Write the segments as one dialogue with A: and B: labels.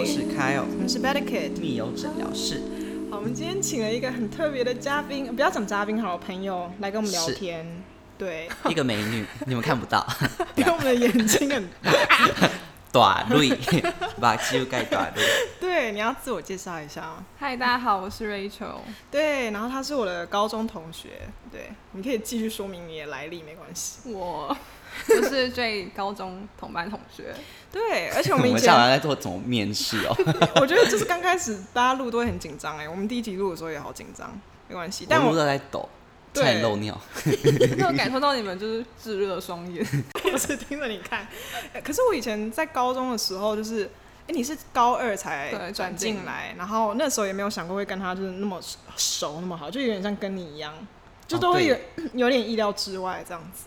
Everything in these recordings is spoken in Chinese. A: Kyle，
B: 我们是 Better Kid。
A: 哦密友诊疗室。
B: 好，我们今天请了一个很特别的嘉宾，呃不要讲嘉宾好了，朋友来跟我们聊
A: 是
B: 天。对，
A: 一个美女， 你们看不到，
B: 因为我们的眼睛很 大。
A: 短路， 把肌肉盖短路。
B: 对，你要自我介绍一下。
C: 嗨，大家好，我是 Rachel。
B: 对，然后他是我的高中同学。对，你可以继续说明你的来历，没关系。
C: 我 我是最高中同班同 学，
B: 对，而且
A: 我
B: 我们以
A: 们
B: 前
A: 下，来在做怎么面试哦？
B: 我觉得就是刚开始大家录都会很紧张哎，我们第一集录的时候也好紧张，没关系。 但
A: 我
B: 我
A: 们都在抖，
B: 对
A: 差点漏尿。
C: 没有感受到你们就是炙热的双眼。
B: 一直盯着你看。呃 可是我以前在高中的时候，就是，哎、你是高二才
C: 对
B: 转
C: 转
B: 进
C: 进
B: 来，然后那时候也没有想过会跟他就是那么熟那么好，就有点像跟你一样，就
A: 哦
B: 都会
A: 对
B: 有、 有点意料之外这样子。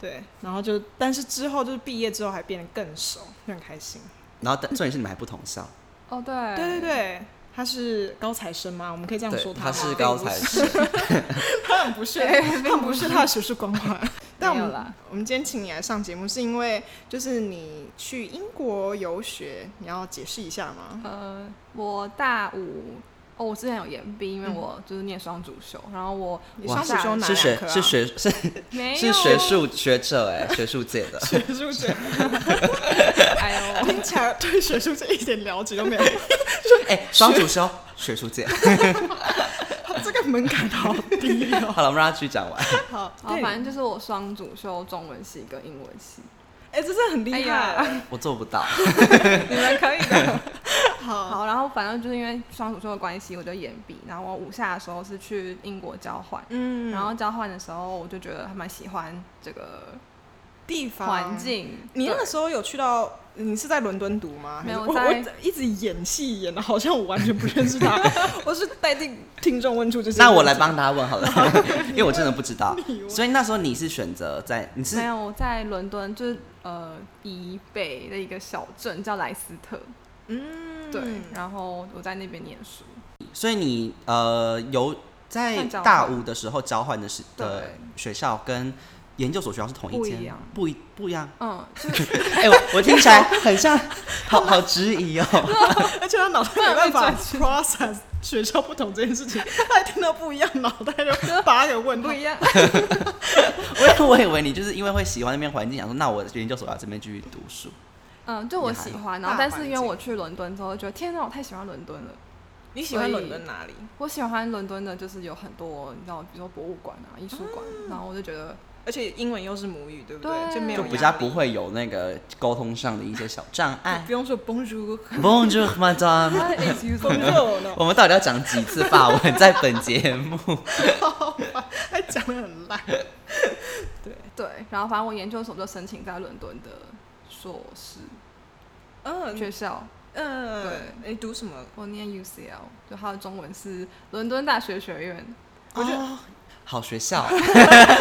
B: 对，然后就，但是之后就是毕业之后还变得更熟，就很开心。
A: 然后但重点是你们还不同校，
C: 哦，对，
B: 对对对，他是高材生吗？我们可以这样
A: 对
B: 说，
A: 他
B: 吗
A: 是高材，生，
B: 他很不屑，他很不屑他的学术光 环。但我
C: 没有
B: 们
C: 啦
B: 我们今天请你来上节目，是因为就是你去英国游学，你要解释一下吗？
C: 呃，我大五，哦，我之前有延毕，因为我就是念双主修，然后我
B: 你
A: 哇
B: 双主修哪
A: 是
B: 两
A: 学
B: 科、啊？
A: 是学是
C: 没有
A: 是学，术学者 哎，学术界的。
B: 学术界，
C: 哎 呦，
B: 听起来对学术界一点了解都 没有，
A: 哎，双主修学术界。
B: 这个门槛好低哦。
A: 好了，我们让他去讲 完。
B: 好，
C: 好，
B: 对
C: 反正就是我双主修中文系跟英文 系，
B: 哎、这真的很厉
C: 哎
B: 害。
C: 呀，
A: 我做不到，
C: 你们可以的。
B: 好，
C: 好，然后反正就是因为双主修的关系，我就延毕，然后我五下的时候是去英国交换，
B: 嗯，
C: 然后交换的时候我就觉得还蛮喜欢这个
B: 地方
C: 环。境，
B: 你那
C: 对
B: 个时候有去到？你是在伦敦读吗？
C: 没有
B: 还是我
C: 在
B: 我一直演戏演的，好像我完全不认识他。 我是带进听众问出这些问题。
A: 那我来帮大家问好了， 因为我真的不知道
B: 你问。
A: 所以那时候你是选择在你是
C: 没有，我在伦敦就是呃以北的一个小镇叫莱斯特，
B: 嗯，
C: 对，然后我在那边念书，
A: 所以你呃有在
C: 算交换
A: 大五的时候交换的是的
C: 对
A: 学校跟研究所学校是同一间
C: 不一样，
A: 不一不一样。
C: 嗯，就
A: 哎、我我听起来很像， 好好质疑哦。
B: 而且他脑袋没办法
C: 不然
B: process 学校不同这件事情， 他一听到不一样，脑袋就八个问
C: 很不
B: 号。
C: 一样，
A: 我我以为你就是因为会喜欢那边环境，想说那我研究所要这边继续读书。
C: 嗯，就我
A: 也还
C: 喜
A: 好
C: 欢，然后
B: 大
C: 但
B: 环
C: 是因为我
B: 境
C: 去伦敦之后，觉得天哪，我太喜欢伦敦了。
B: 你
C: 喜欢伦敦
B: 哪里？
C: 我喜欢伦敦的，就是有很多你知道，比如说博物馆啊、艺术馆，然后我就觉得
B: 而且英文又是母语，对不对？
C: 对
B: 就没有
A: 就
B: 压力
A: 比较不，会有那个沟通上的一些小障碍
B: 你。不用说 Bonjour，
A: Bonjour, madame。
C: What is you？
B: Bonjour 呢，
A: 我们到底要讲几次法文在本节目？
B: 哦还讲的很烂。
C: 对，然后反正我研究所就申请在伦敦的硕士
B: 嗯
C: 学校，
B: 嗯，你读什么？
C: 我念 UCL，就它的中文是伦敦大学学院。
A: 我觉得、哦好学校，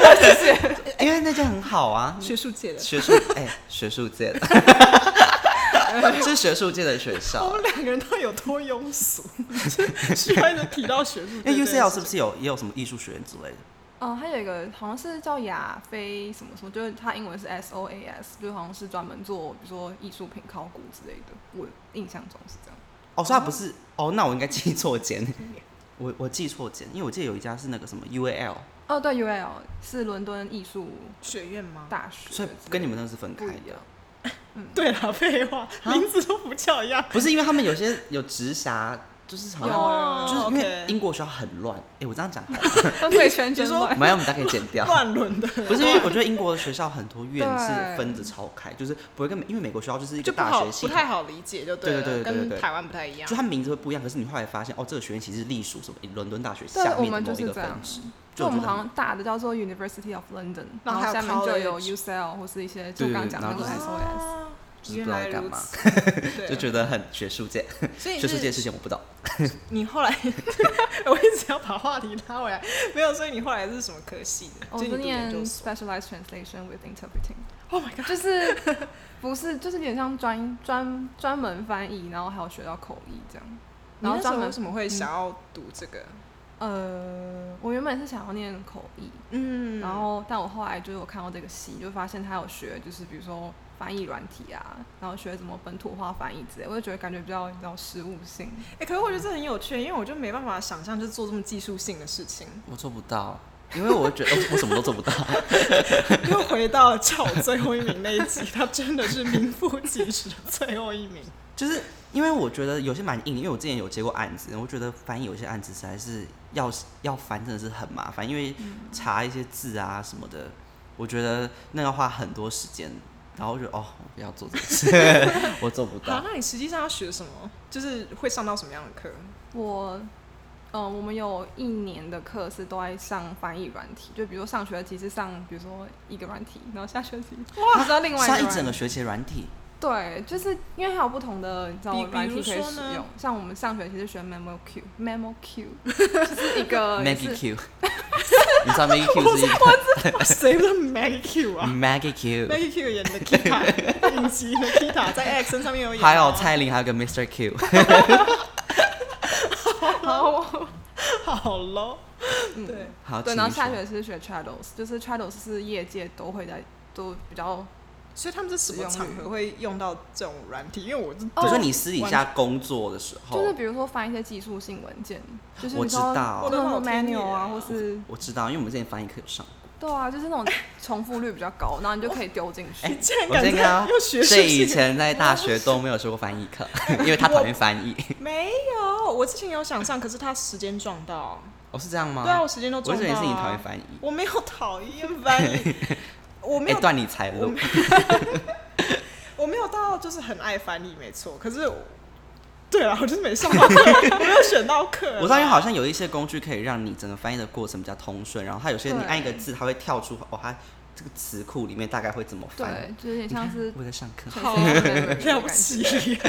A: 因为那就很好啊。
B: 学术界的。
A: 学术哎、学术界的，是学术界的学
B: 我
A: 校。
B: 们两个人到底有多庸 俗？是需要一直提到学术界
A: 因
B: 这件
A: 为
B: 事情？
A: UCL 是不是有也有什么艺术学院之类的？
C: 嗯，它有一个好像是叫亚非什么什么，就是它英文是 S O A S，就好像是专门做比如说艺术品考古之类的。我印象中是这样。
A: 哦，所以它不是哦，那我应该记错间， 我我记错间，因为我记得有一家是那个什么 UAL，
C: 哦，对，U L 是伦敦艺术
B: 学院吗？
C: 大学，
A: 所以跟你们那是分开
C: 不
A: 的
C: 一。样。
B: 对啦，废话，
A: 啊
B: 名字都不叫一样。
A: 不是因为他们有些有直辖，就是好像
B: 哦
A: 就是因
B: OK
A: 为英国学校很乱。哎、我这样讲好了，
C: 跟贵圈真
B: 你说
C: 乱。
A: 没有，我们大家可以剪 掉。
B: 乱伦的，
A: 啊不是因为我觉得英国的学校很多院
C: 对
A: 是分着超开，就是不会跟美因为美国学校就是一
B: 就
A: 个
B: 不
A: 大
B: 好，
A: 学系
B: 不
A: 统
B: 太好理解，就了，
A: 对对对对对
B: 跟台湾不太一样
A: 就。它名字会不一样，可是你后来发现，哦，这个学院其实隶属什么伦敦大学
C: 对
A: 下
C: 我
A: 面的
C: 们
A: 某
C: 就
A: 一
C: 是
A: 个
C: 这
A: 分
C: 样
A: 支，就
C: 就
A: 我觉
C: 我们
A: 得
C: 好
A: 很
C: 像大的叫做 University of London，
B: 然后还有
C: 下面就有
B: college
C: UCL 或是一些
A: 对
C: 就
A: 对
C: 刚讲
A: 然
B: 啊
C: 那
A: 后
C: 个
A: 就是
C: SOS。
B: 哦
A: 就是不知道在干嘛，
B: 对
A: 就觉得很学术界，
B: 所以
A: 学术界
B: 是
A: 的事情我不懂。
B: 你后来， 我一直要把话题拉回来，没有，所以你后来是什么科系的？
C: 我
B: 就是你读研
C: 念
B: 究所。
C: specialized translation with interpreting，
B: Oh my god！
C: 就是不是就是有点像专专专门翻译，然后还有学到口译这样。然
B: 你那
C: 后
B: 时
C: 专
B: 候
C: 门
B: 为什么会想要读这个？
C: 呃，我原本是想要念口译，
B: 嗯
C: 然后但我后来就是我看到这个戏，就发现他有学，就是比如说翻译软体啊，然后学什么本土化翻译之类，我就觉得感觉比较比较实务性。
B: 哎、可是我觉得这很有趣，因为我就没办法想象就是做这么技术性的事情，
A: 我做不到，因为我觉 得哦我什么都做不到。
B: 又回到叫我最后一名那一集，他真的是名副其实的最后一名。
A: 就是因为我觉得有些蛮硬的，因为我之前有接过案子，我觉得翻译有些案子实在是要要翻真的是很麻烦，因为
C: 嗯
A: 查一些字啊什么的，我觉得那要花很多时间，然后我就哦，我不要做这个 事，我做不
B: 好
A: 到，。
B: 那你实际上要学什么？就是会上到什么样的课？
C: 我，呃，我们有一年的课是都在上翻译软体，就比如说上学期是上，比如说一个软体，然后下学期哇，知道另外
A: 上
C: 一
A: 一
C: 个
A: 整个
C: 软体。
A: 学期的软体，
C: 对，就是因为它有不同的，你知道
B: 比
C: 软
B: 比
C: 体
B: 如
C: 可以
B: 说
C: 使
B: 呢
C: 用，像我们上学期是学 Memo Q，Memo Q 就是一个哦也
A: Maggie
C: 是
A: Q，你知道 Maggie Q 是一个
B: 谁不是 Maggie Q 啊
A: Maggie Q，
B: ？Maggie Q 演的 Kita，影集的 Kita 在 X 身上面有演、啊。
A: 还有蔡琳，还有个 Mr Q，
C: 然后 我
B: 好喽，
C: 哦嗯
B: 对，
A: 好，
C: 对，
A: 请
C: 然后
A: 你
C: 下
A: 说
C: 学期是学 Trados，就是 Trados 是业界都会在都比较
B: 所以他们是什么场合会用到这种软体？因为我是
C: 哦
A: 就
B: 对
A: 是你私底下工作的时候，
C: 就是比如说翻一些技术性文件，就是
A: 我
C: 你
A: 知道
C: 说那
B: 我
C: 种
B: 都好哦听
C: manual 啊，
B: 耶
C: 或是
A: 我知道，因为我们之前翻译课有上。
C: 对啊，就是那种重复率比较高，然后你就可以丢进去。
A: 哎
B: 竟然
A: 我
B: 敢
A: 先跟他
B: 在又学术
A: 所以以
B: 性的
A: 前在大学都没有学过翻译课，因为他讨厌翻译。
B: 没有，我之前有想上，可是他时间撞到。
A: 哦，是这样吗？
B: 对啊，我时间都
A: 我
B: 撞到、
A: 以为
B: 啊。
A: 是你讨厌翻译。
B: 我没有讨厌翻 译，我没
A: 哎
B: 有，，
A: 断你财
B: 我
A: 路
B: 没。我没有到就是很爱翻译，没错。可是我，对啊，我就是没上到课，我没有选到课。啊
A: 我知道，因为好像有一些工具可以让你整个翻译的过程比较通顺，然后它有些你
C: 对
A: 按一个字，它会跳出哦，它这个词库里面大概会怎么翻。
C: 对，就有点像是
A: 哎我在上课，
B: 好 了不起。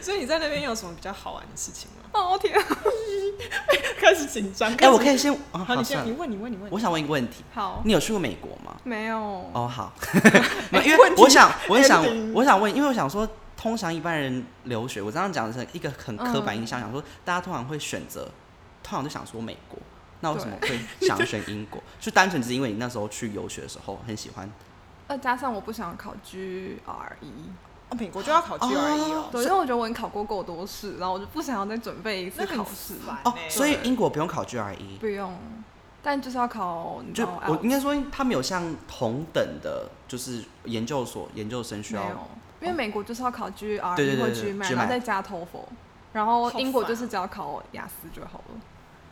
B: 所以你在那边有什么比较好玩的事情吗？
C: 哦天啊，
B: 开始紧张。
A: 哎，我可
B: 以。
A: 以先啊，
B: 好，
A: 好
B: 你先，
A: 算
B: 你
A: 了。
B: 问，你问，你问。
A: 我想问一个问题，
C: 好，
A: 你有去过美国吗？
C: 没有
A: 哦，好，没
B: 哎
A: 有因为我想，我想
B: ending，
A: 我想问，因为我想说，通常一般人留学，我这样讲是一个很刻板印象，想说大家通常会选择，通常就想说美国，那为什么会想要选英国？是单纯只是因为你那时候去游学的时候很喜欢，
C: 那加上我不想考 GRE，
B: 哦美国就要考 GRE 哦，
C: 对，因为我觉得我已经考过够多试，然后我就不想要再准备一次
B: 那很
C: 考试。
B: 烦
A: 哦
B: 欸，
A: 所以英国不用考 GRE，
C: 不用，但就是要考，你知
A: 就
C: 道
A: 我
C: IELTS
A: 应该说他们有像同等的，就是研究所研究生需
C: 没
A: 要
C: 有，因为美国就是要考 GRE
A: 对对对
C: 或
A: 对
C: GMAT，
A: GMAT
C: 然后再加 TOEFL，然后英国就是只要考雅思就好了。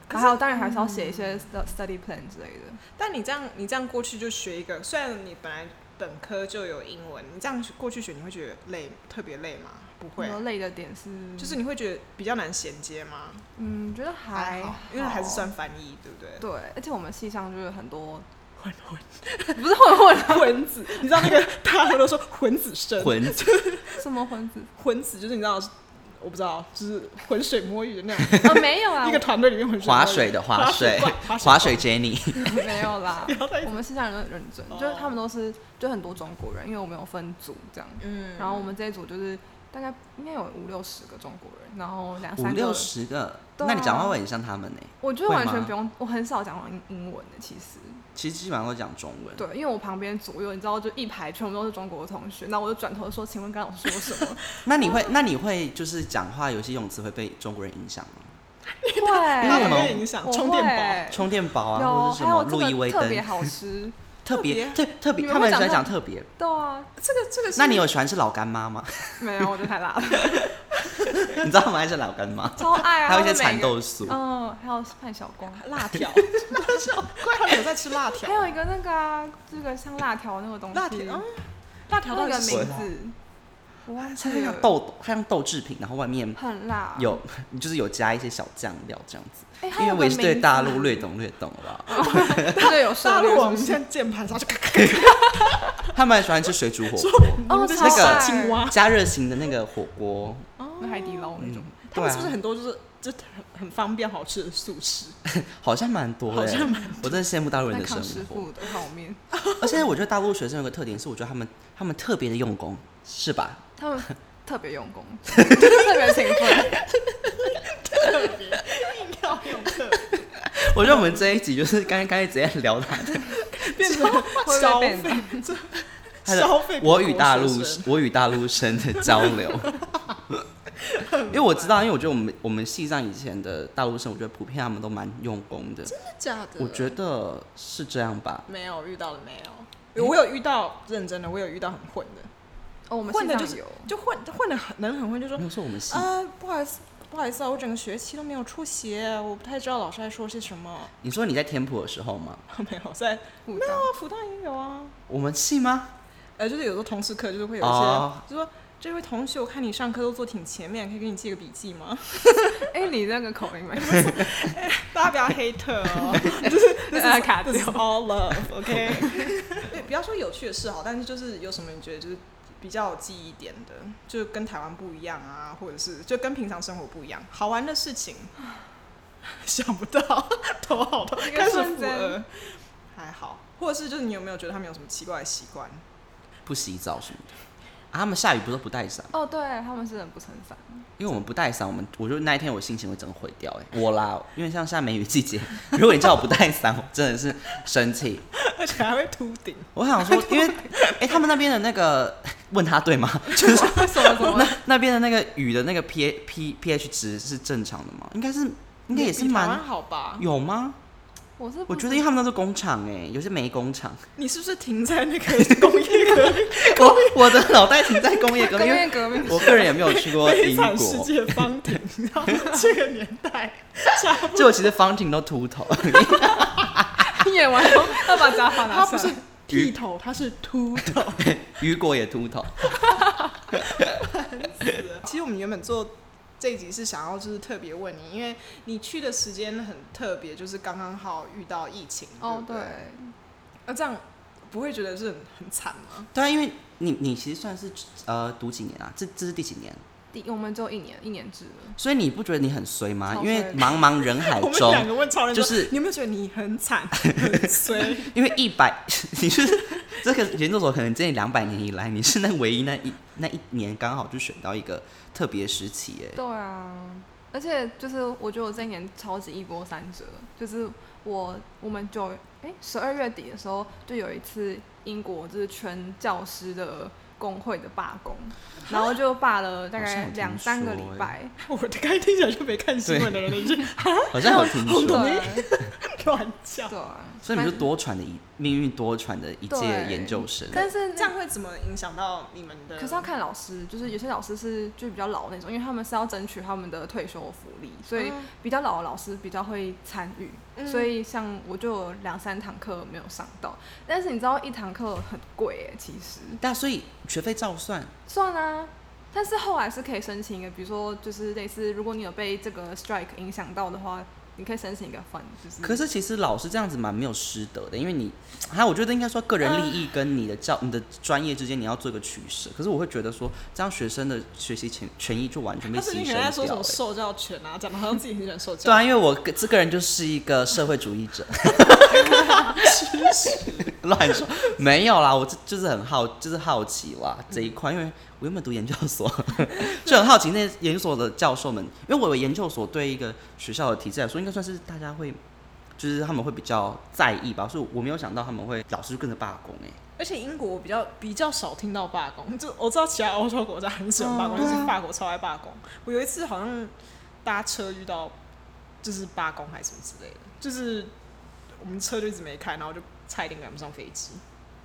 C: 然后还有当然还是
B: 嗯
C: 要写一些 stu- study plan 之类的。
B: 但你这样，你这样过去就学一个，虽然你本来本科就有英文，你这样过去学，你会觉得累，特别累吗？不会
C: 比，较累的点是，
B: 就是你会觉得比较难衔接吗？
C: 嗯，觉得还
B: 好，因为还是算翻译，对不对？
C: 对，而且我们系上就是很多
B: 混混
C: 不是混啊混
B: 混子，你知道那个大家都说混子生，
A: 混
C: 什么混 子
B: 混子就是你知道，我不知道，就是浑水摸鱼的那 种，
C: 啊，没有啊，
B: 一个团队里面浑水摸鱼
A: 划水的划水
B: 怪
A: 划
B: 划
A: 水
B: 水
A: Jenny，
C: 我 没有啦
B: 怪，不要再
C: 我们系上人都很认真，
B: 哦
C: 就是他们都是就很多中国人，因为我们有分组这样，
B: 嗯
C: 然后我们这一组就是大概应该有五六十个中国人，然后两
A: 五
C: 啊三
A: 六
C: 个
A: 十个，
C: 对啊
A: 那你讲话会很像他们呢、
C: 我觉得
A: 会
C: 完全
A: 吗
C: 不用，我很少讲英英文的，其实
A: 其实基本上都讲中文。
C: 对，因为我旁边左右你知道，就一排全部都是中国的同学，那我就转 头说：“请问刚刚我说什么
A: 那你会，那你会就是讲话有些用词会被中国人影响吗？？”
B: 他
A: 什
B: 们
A: 么
B: 被
C: 会，
B: 影响
C: 我
B: 充电
A: 充电宝
C: 会
A: 啊，或
C: 呃有
A: 者是什
C: 还
A: 么
C: 有这
A: 路易
C: 个
A: 威
C: 特别
A: 登，
C: 好吃，
A: 特别特特别，
C: 你
A: 他
C: 们会
A: 们很喜欢
C: 讲
A: 讲
C: 特
A: 特别。
C: 对
B: 宝，
C: 啊，
B: 这个这个是
A: 那你有喜欢吃老干妈吗？
C: 没有我就太辣了，
A: 你知道吗？还是老干妈，
C: 超爱啊！
A: 还有一
C: 他
A: 些
C: 们每
A: 蚕
C: 个，
A: 豆酥。
C: 嗯，还有范小光，
B: 辣 条，他们有在吃辣条
C: 还，有一个那个啊，这个像辣条那个东西，
B: 辣条，嗯，辣条
C: 它
B: 到
C: 那
B: 底
C: 个
B: 是
A: 谁
C: 名
A: 啊
C: 字， 我忘
A: 它
C: 记
A: 像
C: 了，
A: 豆，它像豆制品，然后外面
C: 很辣，
A: 有， 就是有加一些小酱料这样子。
C: 哎，它
A: 因为
C: 有
A: 我
C: 个
A: 也是对
C: 名
A: 大
C: 字哦
A: 陆略懂略懂了，
C: 对有涉
B: 大
C: 猎
B: 陆
C: 是
B: 我
C: 不
B: 们
C: 是
B: 现在键盘上就咔咔
A: 他们很喜欢吃水煮火锅，
B: 咔，
C: 哦
B: 这
C: 超
B: 些小
A: 爱
B: 青蛙，
A: 加热型的那个火锅。
C: 那海底捞那种
A: 嗯。，
B: 他
A: 对
B: 们是不是
A: 啊，
B: 很多就是就很很方便好吃的素食？
A: 好像蛮多
B: 好
A: 的欸
B: 像。
A: 我真的羡慕大陆人
C: 那
A: 的生
C: 康师
A: 活。
C: 傅的泡 面，
A: 而且我觉得大陆学生有个特点是，我觉得他们他们特别的用功，是吧？
C: 他们特别用 功，特别勤奋。
B: 硬要用课，
A: 我觉得我们这一集就是刚刚刚才直接聊他，
B: 变成
C: 会
B: 消
C: 被
B: 费，
C: ban
B: 这
A: 还它的
B: 消费
A: 我
B: 比
A: 与
B: 国
A: 大
B: 学
A: 陆
B: 生，
A: 我与大陆生的交流，因为我知道，因为我觉得我们我们系上以前的大陆生，我觉得普遍他们都蛮用功的，
B: 真的假的？
A: 我觉得是这样吧。
B: 没
C: 哦
B: 有遇到了没有？我有遇到认真的，我有遇到很混的，
C: 哦，我们
B: 混的
C: 线
B: 就
C: 上
B: 是
C: 有，
B: 就混混的很能很混，就说
A: 没有说我们系，
B: 呃，不好意思，不好意思啊，我整个学期都没有出席，我不太知道老师在说些什么。
A: 你说你在天普的时候吗？
B: 没有在
C: 互动
B: 啊，复旦也有啊。
A: 我们系吗？
B: 呃，就是有时候同事课就是会有一些，
A: 哦
B: 就说这位同学，我看你上课都坐挺前面，可以给你借个笔记吗？
C: 哎，你那个口 音没？
B: 大家不要 hater 哦，
C: 呃，卡
B: 这是
C: 掉。
B: all love，OK、对， 不要说有趣的事好，但是就是有什么你觉得就是比较有记忆点的，就是跟台湾不一样啊，或者是就跟平常生活不一样，好玩的事情， 想不到，头好痛，
C: 一个
B: 开始
C: 瞬
B: 负
C: 间
B: 二，还好，或者是就是你有没有觉得他们有什么奇怪的习惯？
A: 不洗澡什么的。啊，他们下雨不是都不带伞吗？
C: 哦，对，他们是人不撑 伞。
A: 因为我们不带伞，我们我就那一天我心情会整个毁掉哎、我啦，因为像现在梅雨季节， 如果你叫我不带伞，我真的是生气。
B: 而且还会秃顶，
A: 我想说，因为 哎、他们那边的那个问他对吗？
C: 就是 什么什么
A: 那那边的那个雨的那个 P P P H 值是正常的吗？应该是，应该也是
B: 比台湾
A: 蛮
B: 好吧？
A: 有吗？
C: 我是不
A: 我觉得
C: 知
A: 因为他们那是工厂哎、有些没工厂。
B: 你是不是停在那个 工业革命
A: 我我的脑袋停在工业革
C: 工
A: 命，因为
C: 业革命
A: 我个人也没有去过
B: 悲
A: 英
B: 惨世
A: 国，
B: 界方婷， 然后这个年代， 差不多
A: 就我其实方婷都秃头。
C: 演完后要把 假发
B: 他
C: 拿下
B: 不
C: 来
B: 是剃头，他是秃头。
A: 雨果也秃头，
B: 其实我们原本做这一集是想要就是特别问你，因为你去的时间很特别，就是刚刚好遇到疫情。
C: 哦，
B: 对
C: 对
B: 不，对。那这样不会觉得是很很惨吗？
A: 对啊，因为你你其实算是呃读几年啊？这这是第几年？
C: 第我们就一年一年制了，
A: 所以你不觉得你很衰吗？
C: 超
A: 因
C: 衰
A: 为茫茫人海
B: 我们两
A: 中，
B: 个问超人说，
A: 就是
B: 你有没有觉得你很惨 很衰？
A: 因为一百， 你是这个研究所可能建立两百年以来，你是那唯一那一那一年刚好就选到一个特别时期耶。
C: 对啊，而且就是我觉得我这一年超级一波三折，就是我我们九哎十二月底的时候就有一次英国就是全教师的工会的罢工，然后就罢了大
A: 好像
C: 概
A: 有听
C: 两三个礼
A: 说哎
C: 拜，
B: 我刚才听起来就没看新闻的人了，你是
A: 好像有听
B: 好
A: 说，
B: 哎懂
C: 对
B: 乱 讲。
C: 对啊，
A: 所以你就多舛的一命运多舛的一届
C: 对
A: 研究生，
C: 但是那
B: 这样会怎么影响到你们的？
C: 可是要看老师，就是有些老师是就比较老那种，因为他们是要争取他们的退休福利，所以
B: 嗯
C: 比较老的老师比较会参与。
B: 嗯
C: 所以像我就有两三堂课没有上到，但是你知道一堂课很贵哎，其实
A: 但所以学费照算，
C: 算啊。但是后来是可以申请一个，比如说就是类似，如果你有被这个 strike 影响到的话，你可以申请一个 fund，就是
A: 可是其实老师这样子蛮没有师德的，因为你，还有我觉得应该说个人利益跟你的教、你的专业之间你要做一个取舍。可是我会觉得说，这样学生的学习权权益就完全被
B: 他
A: 牺
B: 最
A: 牲
B: 近可
A: 掉欸
B: 能在说什
A: 了
B: 么。受教权啊，讲的好像自己很喜欢受教。
A: 对啊，因为我个这个人就是一个社会主义者，啊 乱说没有啦，我就就是很好，就是好奇啦这一块，因为我原本读研究所， 就很好奇那些研究所的教授们，因为我有研究所对一个学校的体制来说，应该算是大家会，就是他们会比较在意吧，所以我没有想到他们会老师就跟着罢工哎、
B: 而且英国我比较比较少听到罢工，就我知道其他欧洲国家很喜欢罢工，
C: 嗯
B: 就是法国超爱罢工。我有一次好像搭车遇到就是罢工还是什么之类的，就是我们车就一直没开，然后就差一点赶不上飞机，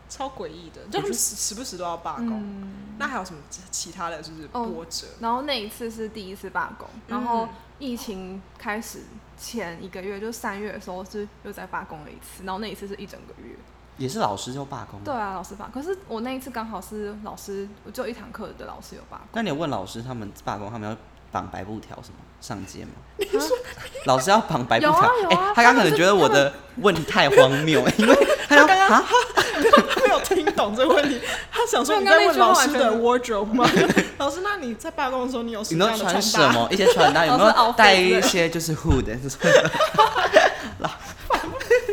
B: 超诡异的。就他们时时不时都要罢工。
C: 嗯
B: 那还有什么其其他的就是
C: 哦
B: 波折？
C: 然后那一次是第一次罢工，然后
B: 嗯
C: 疫情开始前一个月，就是三月的时候是又在罢工了一次，然后那一次是一整个月。
A: 也是老师就罢工。
C: 对啊，老师罢，可是我那一次刚好是老师，我就一堂课的老师有罢
A: 那你有问老师他们罢工，他们要绑白布条什么上街吗？老师要绑白布条，
C: 啊有啊
A: 哎，
C: 有啊
A: 他刚可能觉得我的问题太荒谬，因为他要啊，
B: 他没有听懂这个问 题，他想说
C: 没有
B: 你在问老
C: 刚刚那
B: 师
C: 句话
B: 的 wardrobe 吗？ 老师，那你在罢工的时候你有什
A: 你
B: 么
A: 都
B: 样的
A: 穿什
B: 搭？
A: 么？一些穿搭有没
C: 老师
A: 有
C: outfit
A: 带一些就是 hood？
B: 烦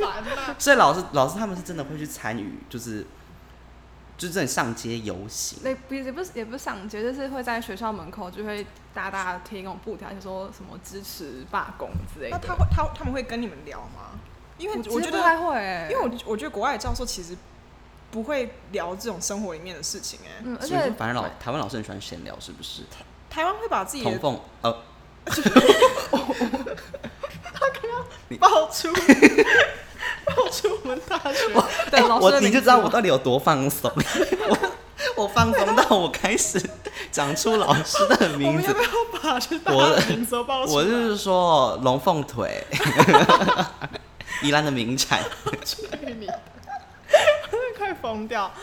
B: 啊！
A: 所以老师老师他们是真的会去参与，就是就是真的上街游行。
C: 那不也不是也不是上街，就是会在学校门口就会大大贴那种布条，就说什么支持罢工之类
B: 那
C: 的。
B: 他会他他们会跟你们聊吗？因为
C: 我
B: 我觉
C: 其实不
B: 得
C: 太会欸、
B: 因为我我觉得国外的教授其实不会聊这种生活里面的事情哎、
C: 嗯，而
A: 所以
C: 且
A: 说反正老台湾老师很喜欢闲聊，是不是？
B: 台湾会把自己
A: 同
B: 的
A: 凤呃，
B: 爆出 爆出我们大学
C: 对老师
A: 哎我
C: 的
A: 你
C: 名
A: 就
C: 字
A: 知道我
C: 嘛
A: 到底有多放松， 我我放松到我开始讲出老师的
B: 我
A: 名
B: 们
A: 字
B: 要，不要把就是大
A: 我
B: 家的名字 都报出
A: 我
B: 来？
A: 就是说龙凤腿，宜兰的名产，
B: 去你的，真的快疯掉！啊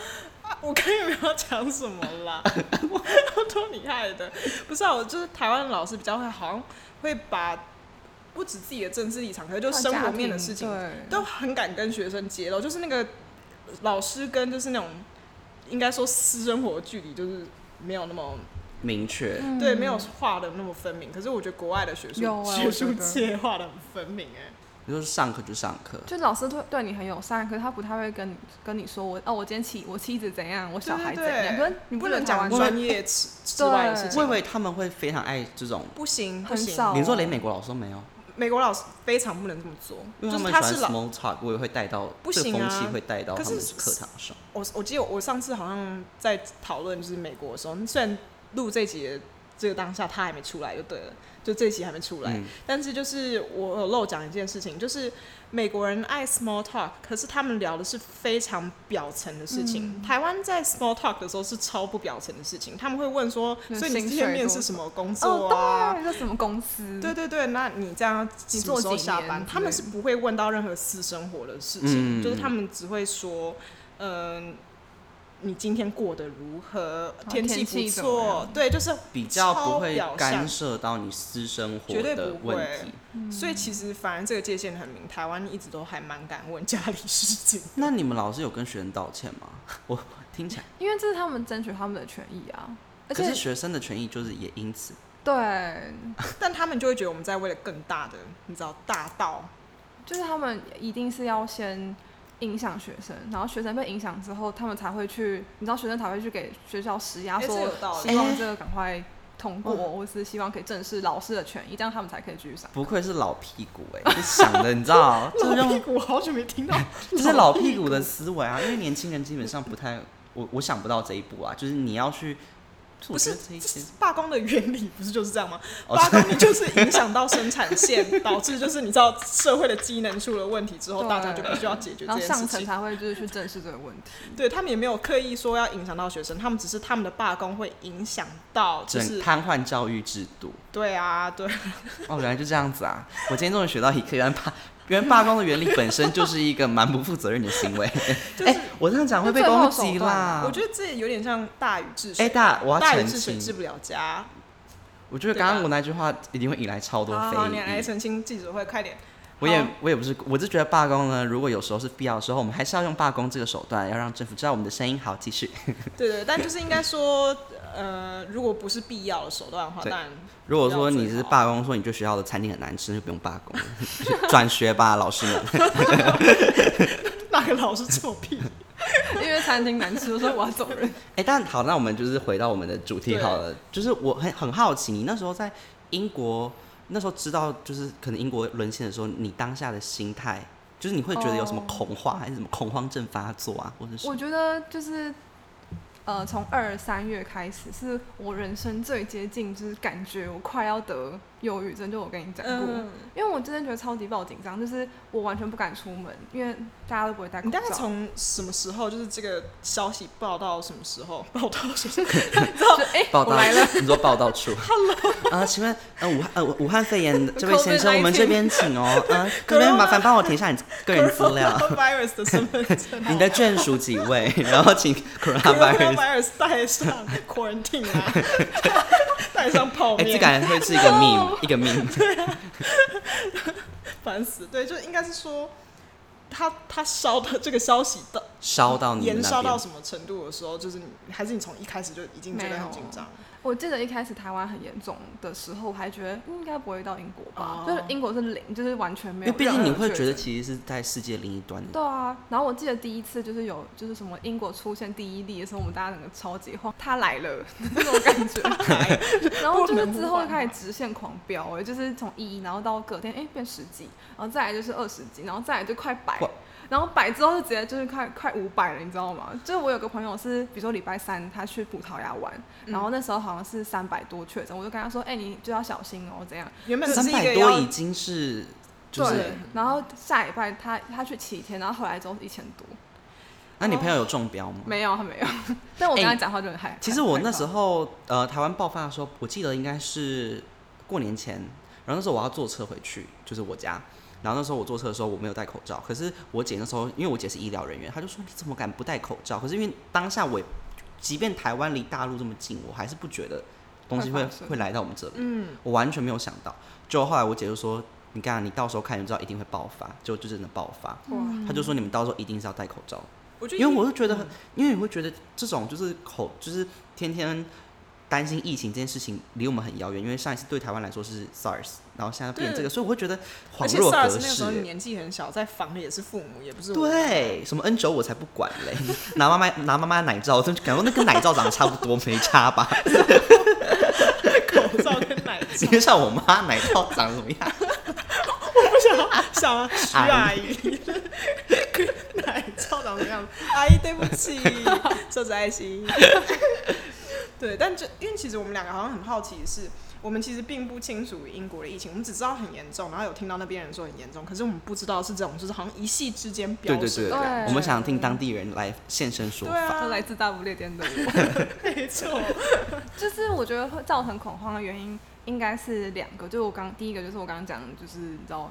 B: 我刚也没有讲什么 啦，我都你害的。不是啊，我就是台湾老师比较会，好像会把不止自己的政治立场，可是就是生活面的事情，
C: 对，
B: 都很敢跟学生揭露。就是那个老师跟就是那种应该说私生活的距离，就是没有那么
A: 明确。
C: 嗯
B: 对，没有画的那么分明。可是我觉得国外的学术、
C: 有啊
B: 学
C: 我
B: 术
C: 觉得
B: 界画的很分明哎、
A: 你就是上课就上课，
C: 就老师对对你很友善，可是他不太会跟你跟你说我哦，我今天妻我妻子怎样，我小孩怎样，
B: 对
C: 可是你
B: 你不
C: 觉得
B: 能
C: 台
B: 讲
C: 湾
A: 专
B: 专业之之外的事
A: 我以
B: 情。
A: 为他们会非常爱这种。
B: 不行，不
C: 很
B: 行。
C: 少，
A: 你说连美国老师都没有，
B: 美国老师非常不能这么做，
A: 因为
B: 就
A: 他
B: 是他
A: 们喜
B: 是
A: 欢
B: 老，
A: small talk，我也会带到
B: 不
A: 这
B: 行
A: 个风
B: 啊
A: 气会带到
B: 可
A: 他们
B: 是
A: 课堂上。
B: 我我记得我上次好像在讨论就是美国的时候，虽然录这集的这个当下他还没出来就对了，就这集还没出来，
A: 嗯，
B: 但是就是我有漏讲一件事情，就是美国人爱 small talk，可是他们聊的是非常表层的事情。
C: 嗯
B: 台湾在 small talk 的时候是超不表层的事情，他们会问说，
C: 那
B: 所以你
C: 薪
B: 今天
C: 水
B: 面
C: 多
B: 试什么工
C: 哦
B: 作啊？，
C: 对，这什么公司？
B: 对对对，那你这样
C: 你
B: 什么
C: 做
B: 时候
C: 几
B: 下
C: 年
B: 班？
C: 之
B: 他们
C: 类
B: 是
C: 的
B: 不会问到任何私生活的事情，
A: 嗯
B: 就是他们只会说，嗯、你今天过得如何？
C: 后
B: 天气
C: 哦天
B: 不
C: 气怎么
B: 错
C: 样，
B: 对，就是
A: 比较不会
B: 超表象
A: 干涉到你私生活
B: 绝对
A: 的
B: 不会
A: 问题。
B: 所以其实反而这个界限很明，台湾一直都还蛮敢问家里事情。
A: 那你们老师有跟学生道歉吗？ 我听起来，
C: 因为这是他们争取他们的权益啊，而
A: 可是
C: 且
A: 学生的权益就是也因此
C: 对，
B: 但他们就会觉得我们在为了更大的，你知道大道，
C: 就是他们一定是要先影响学生，然后学生被影响之后，他们才会去，你知道学生才会去给学校施压，
B: 哎这
C: 说
B: 有道理
C: 希望这个赶快通过，或是希望可以正视老师的权益，这样他们才可以继续上。
A: 不愧是老屁股哎、就想的你知道， 就是
B: 老屁
A: 用
B: 股，我好久没听到，
A: 这是老屁股的思维啊，因为年轻人基本上不太，我我想不到这一步啊，就是你要去，
B: 不是
A: 我觉得这一些
B: 罢工的原理不是就是这样吗？
A: 哦
B: 罢工你就是影响到生产线，导致就是你知道社会的机能出了问题之后，
C: 对
B: 大家就必须要解决这
C: 然后
B: 件
C: 上
B: 事
C: 层
B: 情。
C: 才会就是去正视这个问题。
B: 对他们也没有刻意说要影响到学生，他们只是他们的罢工会影响到，就
A: 整
B: 是
A: 瘫痪教育制度。
B: 对啊，对，
A: 哦，原来就这样子啊！我今天终于学到一个原来罢原来罢工的原理本身就是一个蛮不负责任的行为。哎、
B: 就是
A: 我这样讲会被攻击啦
B: 啊我。觉得这有点像大禹治
A: 嗯哎、
B: 水，
A: 大，我要
B: 大禹
A: 澄
B: 治水治
A: 清，
B: 不了家。
A: 我觉得刚刚我那句话一定会引来超多
B: 好
A: 非
B: 好，你来
A: 议。
B: 澄清记者会，快点。
A: 我也
B: 好
A: 我也不是，我就觉得罢工呢，如果有时候是必要的时候，我们还是要用罢工这个手段，要让政府知道我们的声音。好，继续。
B: 对对，但就是应该说，呃，如果不是必要的手段的话，
A: 对
B: 当然
A: 如果说你是罢工，说你觉得学校的餐厅很难吃，就不用罢工了， 转学吧，老师们。
B: 那个老师臭屁。
C: 因为餐厅难吃，我说我要走人。
A: 哎、但好，那我们就是回到我们的主题好了。就是我很很好奇，你那时候在英国，那时候知道就是可能英国沦陷的时候，你当下的心态，就是你会觉得有什么
C: 哦
A: 恐慌，还是什么恐慌症发作啊，或者是
C: 我觉得就是，呃，从二三月开始，是我人生最接近，就是感觉我快要得忧郁症，就我跟你讲过，
B: 嗯，
C: 因为我真的觉得超级爆紧张，就是我完全不敢出门，因为大家都不会戴口
B: 呃你大
C: 罩
B: 概。从什么时候，就是这个消息报道什么时候？ 报道什么时候？
C: 就哎、
A: 报
C: 我
A: 道
C: 来了，？
A: 你说报道 处？Hello，呃，请问呃武汉呃武汉肺炎这位先生，
C: COVID-19
A: 我们这边请哦， 呃，这边麻烦帮我填一下你个人资 料，，
B: ，virus 的身份证
A: 你的眷属几位，然后请 coronavirus。
B: virus 带上 quarantine 啊，带上泡
A: 哎、这
B: 面，
A: 感觉会是一 个 meme，一个 meme。
B: 烦死。对，就应该是说，他他烧的这个消息到
A: 烧到你
B: 延
A: 们
B: 烧
A: 那
B: 到
A: 边。
B: 什么程度的时候，就是你还是你从一开始就已经觉得很紧张。
C: 我记得一开始台湾很严重的时候，我还觉得应该不会到英国吧
B: 哦，
C: 就是英国是零，就是完全
A: 因
C: 没
A: 为
C: 有
A: 毕
C: 任何确诊。
A: 竟你会觉得其实是在世界另一端的，
C: 对啊，然后我记得第一次就是有就是什么英国出现第一例的时候，我们大家整个超级慌，他来了那种感觉， 然后就是之后就开始直线狂飙、哎，就是从一，然后到隔天哎、变十几，然后再来就是二十几，然后再来就快百
A: 哇，
C: 然后百之后就直接就是快快五百了，你知道吗？就是我有个朋友是，比如说礼拜三他去葡萄牙玩，
A: 嗯
C: 然后那时候好像是三百多确诊，我就跟他说，哎、你就要小心哦，怎样？
B: 原本只
A: 三
B: 是一
A: 百
B: 个
A: 多
B: 要
A: 已经是就
C: 对
A: 是。
C: 然后下礼拜他他去七天，然后回来之后一千多。
A: 那你朋友有中标吗？
C: 哦没有，他没有。 哎但我跟他讲话就很害怕。
A: 其实我那时
C: 候，
A: 候呃，台湾爆发的时候，我记得应该是过年前，然后那时候我要坐车回去，就是我家。然后那时候我坐车的时候我没有戴口罩，可是我姐那时候因为我姐是医疗人员，她就说你怎么敢不戴口罩？可是因为当下我也，即便台湾离大陆这么近，我还是不觉得东西会
C: 会发生
A: 会来到我们这里，
B: 嗯，
A: 我完全没有想到。就后来我姐就说，你看你到时候看就知道一定会爆发，就就真的爆发。
B: 哇
A: 她就说你们到时候一定是要戴口罩的。
B: 我觉得
A: 因为我就觉得很，因为你会觉得这种就是口，就是天天担心疫情这件事情离我们很遥远，因为上一次对台湾来说是 SARS，然后现在变这个，所以我会觉得
B: 而
A: 恍
B: 且
A: 若
B: SARS
A: 隔
B: 那个时候你
A: 世。
B: 年纪很小，在防的也是父母，也不是我。
A: 对，什么 N 九我才不管嘞， 拿妈妈拿妈妈奶罩，我就感觉那跟奶罩长得差不多，没差吧？
B: 口罩跟奶罩
A: 因，为像我妈奶罩长得怎么样？
B: 不想 想徐阿姨，奶罩长什么样？阿姨对不 起，这是爱心。对，但这因为其实我们两个好像很好奇的是，我们其实并不清楚英国的疫情，我们只知道很严重，然后有听到那边人说很严重，可是我们不知道是这种，就是好像一夕之间飙
A: 对对
B: 升
A: 对
B: 的感觉。
A: 我们想听当地人来现身说
B: 对
A: 法。
B: 啊，
C: 就来自大不列颠的我，
B: 没错，
C: 就是我觉得会造成恐慌的原因应该是两个，就是我刚第一个就是我刚刚讲的，就是你知道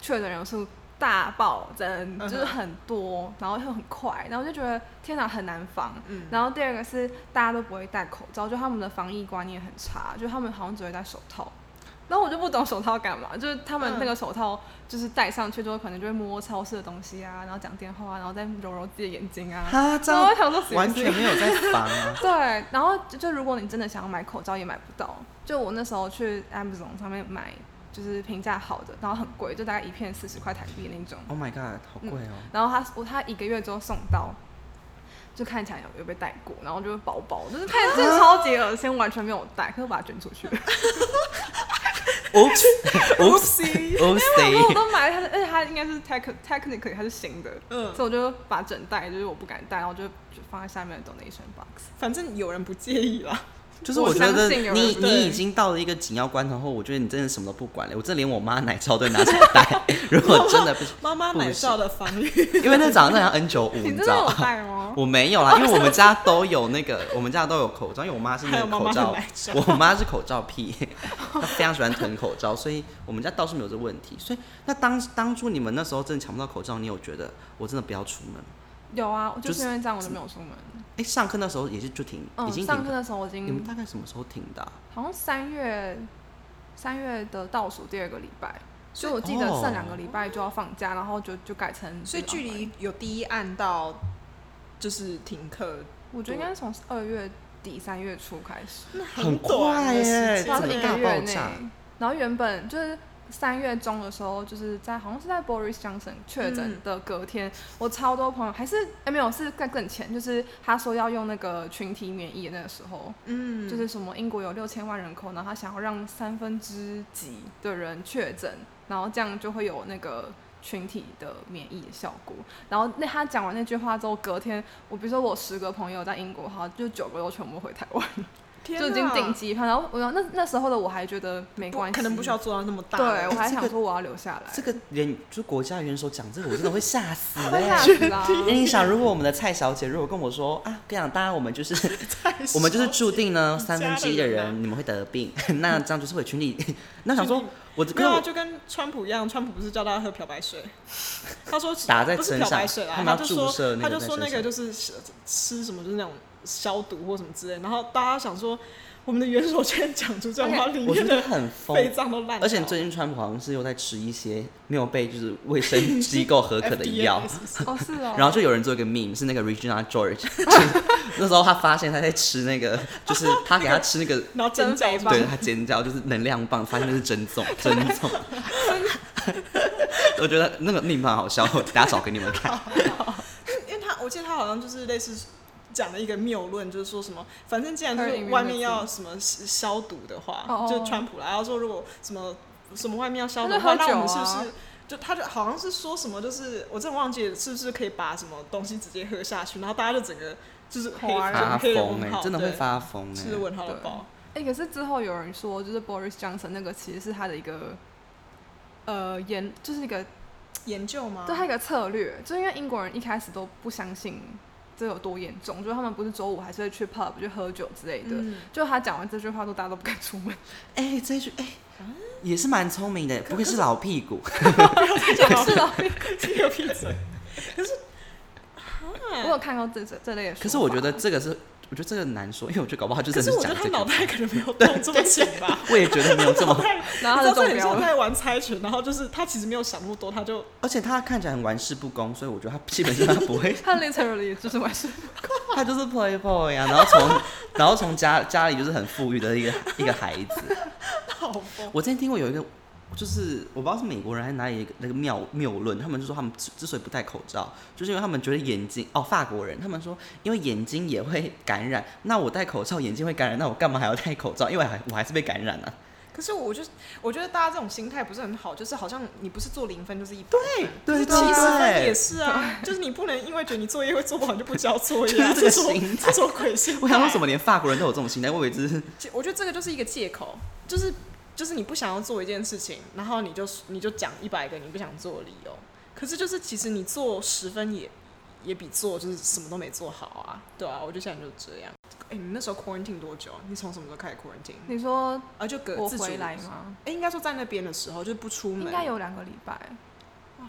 C: 确诊人数大暴增，
B: 哼
C: 就是很多，然后又很快，然后就觉得天哪很难防。
B: 嗯
C: 然后第二个是大家都不会戴口罩，就他们的防疫观念很差，就他们好像只会戴手套。然后我就不懂手套干嘛，就是他们那个手套就是戴上去之后，可能就会摸超市的东西啊，然后讲电话啊，然后再揉揉自己的眼睛啊。
A: 哈，这
C: 然后
A: 样
C: 我想说，
A: 完全没有在防啊！
C: 对，然后就就如果你真的想要买口罩也买不到，就我那时候去 Amazon 上面买，就是评价好的，然后很贵，就大概一片四十块台币那种。
A: Oh my god，好贵哦、
C: 然后他我他一个月之后送到，就看起来有有被戴过，然后就是薄薄， 就是看起
A: 啊
C: 来超级恶心，完全没有戴，可是我把它捐出去了。
A: Oops，Oops，Oops，
B: C，
C: 因为我都买了它的，而且它应该是 tech technically 它是新的，
B: 嗯，
C: 所以我就把整袋就是我不敢戴，然后就就放在下面的 donation box。
B: 反正有人不介意 啦。
A: 就是
C: 我
A: 我觉
C: 相
A: 得
C: 信有人
A: 你
C: 不
A: 你
B: 对
A: 已经到了一个紧要关头后，我觉得你真的什么都不管了，我这连我妈奶罩都拿起来 戴。如果真的不行，
B: 妈妈奶罩的防御，
A: 因为那长得像 N 九五，
C: 你
A: 你
C: 真
A: 知
C: 的
A: 道
C: 有
A: 吗？
C: 戴吗？
A: 我没有啦，因为我们家都有那个，我们家都有口罩，因为我妈是
B: 还
A: 那
B: 有
A: 个
B: 妈
A: 口
B: 妈的
A: 罩
B: 奶，罩。
A: 我妈是口罩癖，她非常喜欢囤口罩，所以我们家倒是没有这问题。所以那当当初你们那时候真的抢不到口罩，你有觉得我真的不要出门？
C: 有啊，我就
A: 就是
C: 因为这样我就没有出门。
A: 哎、上课那时候也是就停，已
C: 嗯，
A: 经
C: 上
A: 停
C: 课。的时候我已
A: 你们
C: 经
A: 大概什么时候停的啊、
C: 好像三月三月的倒数第二个礼拜，所以我记得
A: 哦
C: 剩两个礼拜就要放假，然后就就改成
B: 所以距
C: 这种环
B: 离有第一案到就是停课，
C: 我觉得应该是从二月底三月初开始，
A: 很
B: 短的时
A: 快耶
B: 间
C: 然
A: 真
C: 后
A: 的
C: 一
A: 一
C: 个
A: 大
C: 月
A: 爆
C: 内
A: 炸。
C: 然后原本就是三月中的时候，就是在好像是在 Boris Johnson 确诊
B: 嗯
C: 的隔天，我超多朋友还是哎没有是在更前，就是他说要用那个群体免疫的那个时候，
B: 嗯，
C: 就是什么英国有六千万人口，然后他想要让三分之几的人确诊，然后这样就会有那个群体的免疫效果。然后那他讲完那句话之后，隔天我比如说我十个朋友在英国，好，就九个都全部回台湾，
B: 天
C: 就已经顶级派。然后我那那时候的我还觉得没
B: 不
C: 关系，
B: 可能不需要。做到那么大。
C: 对，我还
A: 这个
C: 想说我要留下来，
A: 这个人就国家元首讲这个，我真的会吓死
C: 会吓
A: 哎、
C: 死啦！
A: 那你想，如果我们的蔡小姐如果跟我说啊，跟你讲，当然我们就是
B: 太少
A: 我们就是注定呢
B: 你家
A: 三
B: 的人啊
A: 分之一的人你们会得病， 那这样就是会群 体。那想说
B: 群体，
A: 我跟
B: 没有啊，
A: 我
B: 就跟川普一样，川普不是叫大家喝漂白 水，他说
A: 打在
B: 不是
A: 身
B: 漂
A: 上
B: 白水啦
A: 他，们
B: 他
A: 要
B: 就
A: 注射
B: 说
A: 那
B: 他
A: 个
B: 就
A: 在
B: 说
A: 身
B: 那个
A: 上
B: 就是吃吃什么就是那种消毒或什么之类，然后大家想说。我们的元首居然讲出这种话，里
A: 我觉
B: 面
A: 得
B: 的
A: 很疯。
B: 肺脏都烂掉了。
A: 而且最近川普好像是又在吃一些没有被就是卫生 机构合可的
B: FDA
A: 药，
B: 是不是
C: 哦是哦，
A: 然后就有人做一个 meme 是那个 Regina George，就是 那时候他发现他在吃那个，就是他给他吃那个，
B: 然后尖叫
C: 增
B: 是
C: 肥
B: 不
C: 棒
B: 是
A: 对他尖叫就是能量棒，发现那是 珍重珍重， 我觉得那个 meme 蛮好笑，我等下找给你们 看。
B: 因为他我记得他好像就是类似讲了一个谬论，就是说什么，反正既然就
C: Herd
B: 是
C: immunity
B: 外面要什么消消毒的话，
C: 哦哦
B: 就川普啦，然后说如果什么什么外面要消毒
C: 那
B: 的
C: 就
B: 话，
C: 喝
B: 那我们
C: 酒
B: 是
C: 啊
B: 不是？就他就好像是说什么，就是我真的忘记了是不是可以把什么东西直接喝下去，然后大家就整个就是黑
C: 哗
B: 就
A: 发
C: 然
B: 黑人
A: 疯
B: 问
A: 哎、
B: 号，
A: 真的会
B: 对
A: 发疯哎、
B: 是问号的
C: 对
B: 爆，
C: 哎、可是之后有人说，就是 Boris Johnson 那个其实是他的一个呃研，就是一个
B: 研究吗？
C: 对他一个策略，就是因为英国人一开始都不相信这有多严重，就是他们不是周五还是会去 pub 去喝酒之类的。
B: 嗯，
C: 就他讲完这句话，都大家都不敢出 门。
A: 哎、这一句哎、
B: 啊
A: 也是蛮聪明的，不愧是老屁股。
C: 是哦的，
B: 这个闭嘴。可是
C: 我有看到这这这类的。
A: 可是我觉得，这个是，我觉得这个难说，因为我觉得搞不好他就
B: 可
A: 真
B: 是
A: 的
B: 我觉
A: 讲
B: 得他
A: 这
B: 脑
A: 个。
B: 袋可能没有动这么浅 吧。
A: 我也觉得没有这么，
C: 然后
B: 你知道
C: 他就中
B: 这里
C: 标
B: 候
C: 了。
B: 在玩猜拳，然后就是他其实没有想那么多，他就
A: 而且他看起来很玩世不恭，所以我觉得他基本上他不会，
C: 他 literally 就是完事。
A: 他就是 playboy 啊，然后从然后从家家里就是很富裕的一个一个孩子。
B: 好疯。
A: 我之前听过有一个，就是我不知道是美国人还是哪里一个那个谬谬论，他们就说他们之之所以不戴口罩，就是因为他们觉得眼睛哦，法国人他们说因为眼睛也会感染，那我戴口罩眼睛会感染，那我干嘛还要戴口罩？因为我还我还是被感染啊。
B: 可是我就我觉得大家这种心态不是很好，就是好像你不是做零分就是一百分，
A: 对
B: 啊就是七十分
A: 对
B: 也是啊，就是你不能因为觉得你作业会做不好你就不交作业、
A: 就是
B: 啊，
A: 这个
B: 这种
A: 心态
B: 这种鬼心态。
A: 我想为什么？连法国人都有这种心态？我以为只是
B: 我觉得这个就是一个借口，就是就是你不想要做一件事情，然后你就你就讲一百个你不想做的理由，可是就是其实你做十分也也比做就是什么都没做好啊，对啊，我就想就是这样。哎、你那时候 quarantine 多久？啊你从什么时候开始 quarantine？
C: 你 说
B: 啊，就隔
C: 我
B: 自主
C: 回来？吗？
B: 哎、应该说在那边的时候，就是不出门，哦
C: 应该有两个礼拜，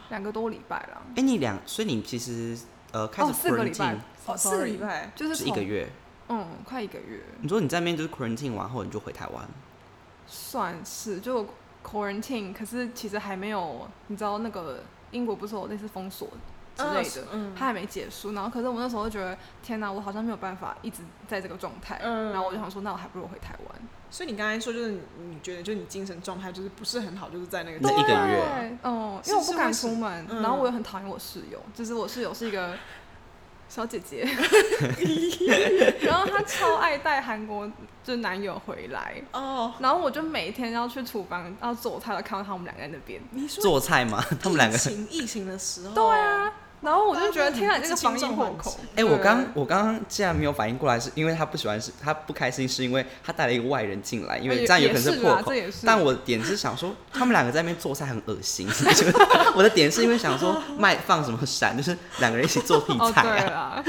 C: 两个多礼拜了。
A: 哎、你两，所以你其实呃开始
C: 哦，四个礼
A: quarantine、
C: 拜，
B: 哦，四个
C: sorry
B: 礼，拜，
C: 就是
A: 是一个
C: 从，
A: 月。
C: 嗯，快一个月。
A: 你说你在那边就是 quarantine 完后你就回台湾，
C: 算是就 quarantine，可是其实还没有，你知道那个英国不是有类似封锁之类的，
B: 嗯
C: 它还没结束。然后可是我那时候就觉得，天哪，我好像没有办法一直在这个状态。
B: 嗯
C: 然后我就想说，那我还不如回台湾。
B: 所以你刚才说，就是你你觉得，就是你精神状态就是不是很好，就是在那个
A: 那一个月，
C: 对，嗯，
B: 是
C: 因为我不敢出门，
B: 是会是嗯
C: 然后我也很讨厌我室友，就是我室友是一个。小姐 姐，然后她超爱带韩国就男友回来，
B: 哦，
C: 然后我就每天要去厨房要做菜，都看到他们两个人在那边。
B: 你说
A: 做菜嘛， 他们两个
B: 疫。情疫情的时候，
C: 对，啊，然后我就觉得
B: 哦大家都很
C: 天啊，这个防疫破
B: 不知
C: 口
B: 轻重缓急。
A: 哎、我刚我刚刚竟然没有反应过来，是因为他不喜欢是，他不开心，是因为他带了一个外人进来，因为
C: 哦也
A: 这样有可能
C: 也是
A: 破
C: 啦
A: 口
C: 这。也是。哦
A: 但我点是想说，他们两个在那边做菜很恶心。 就是我的点是因为想说卖放什么闪，就是两个人一起做屁
C: 哦对
A: 菜啊。
C: 啦，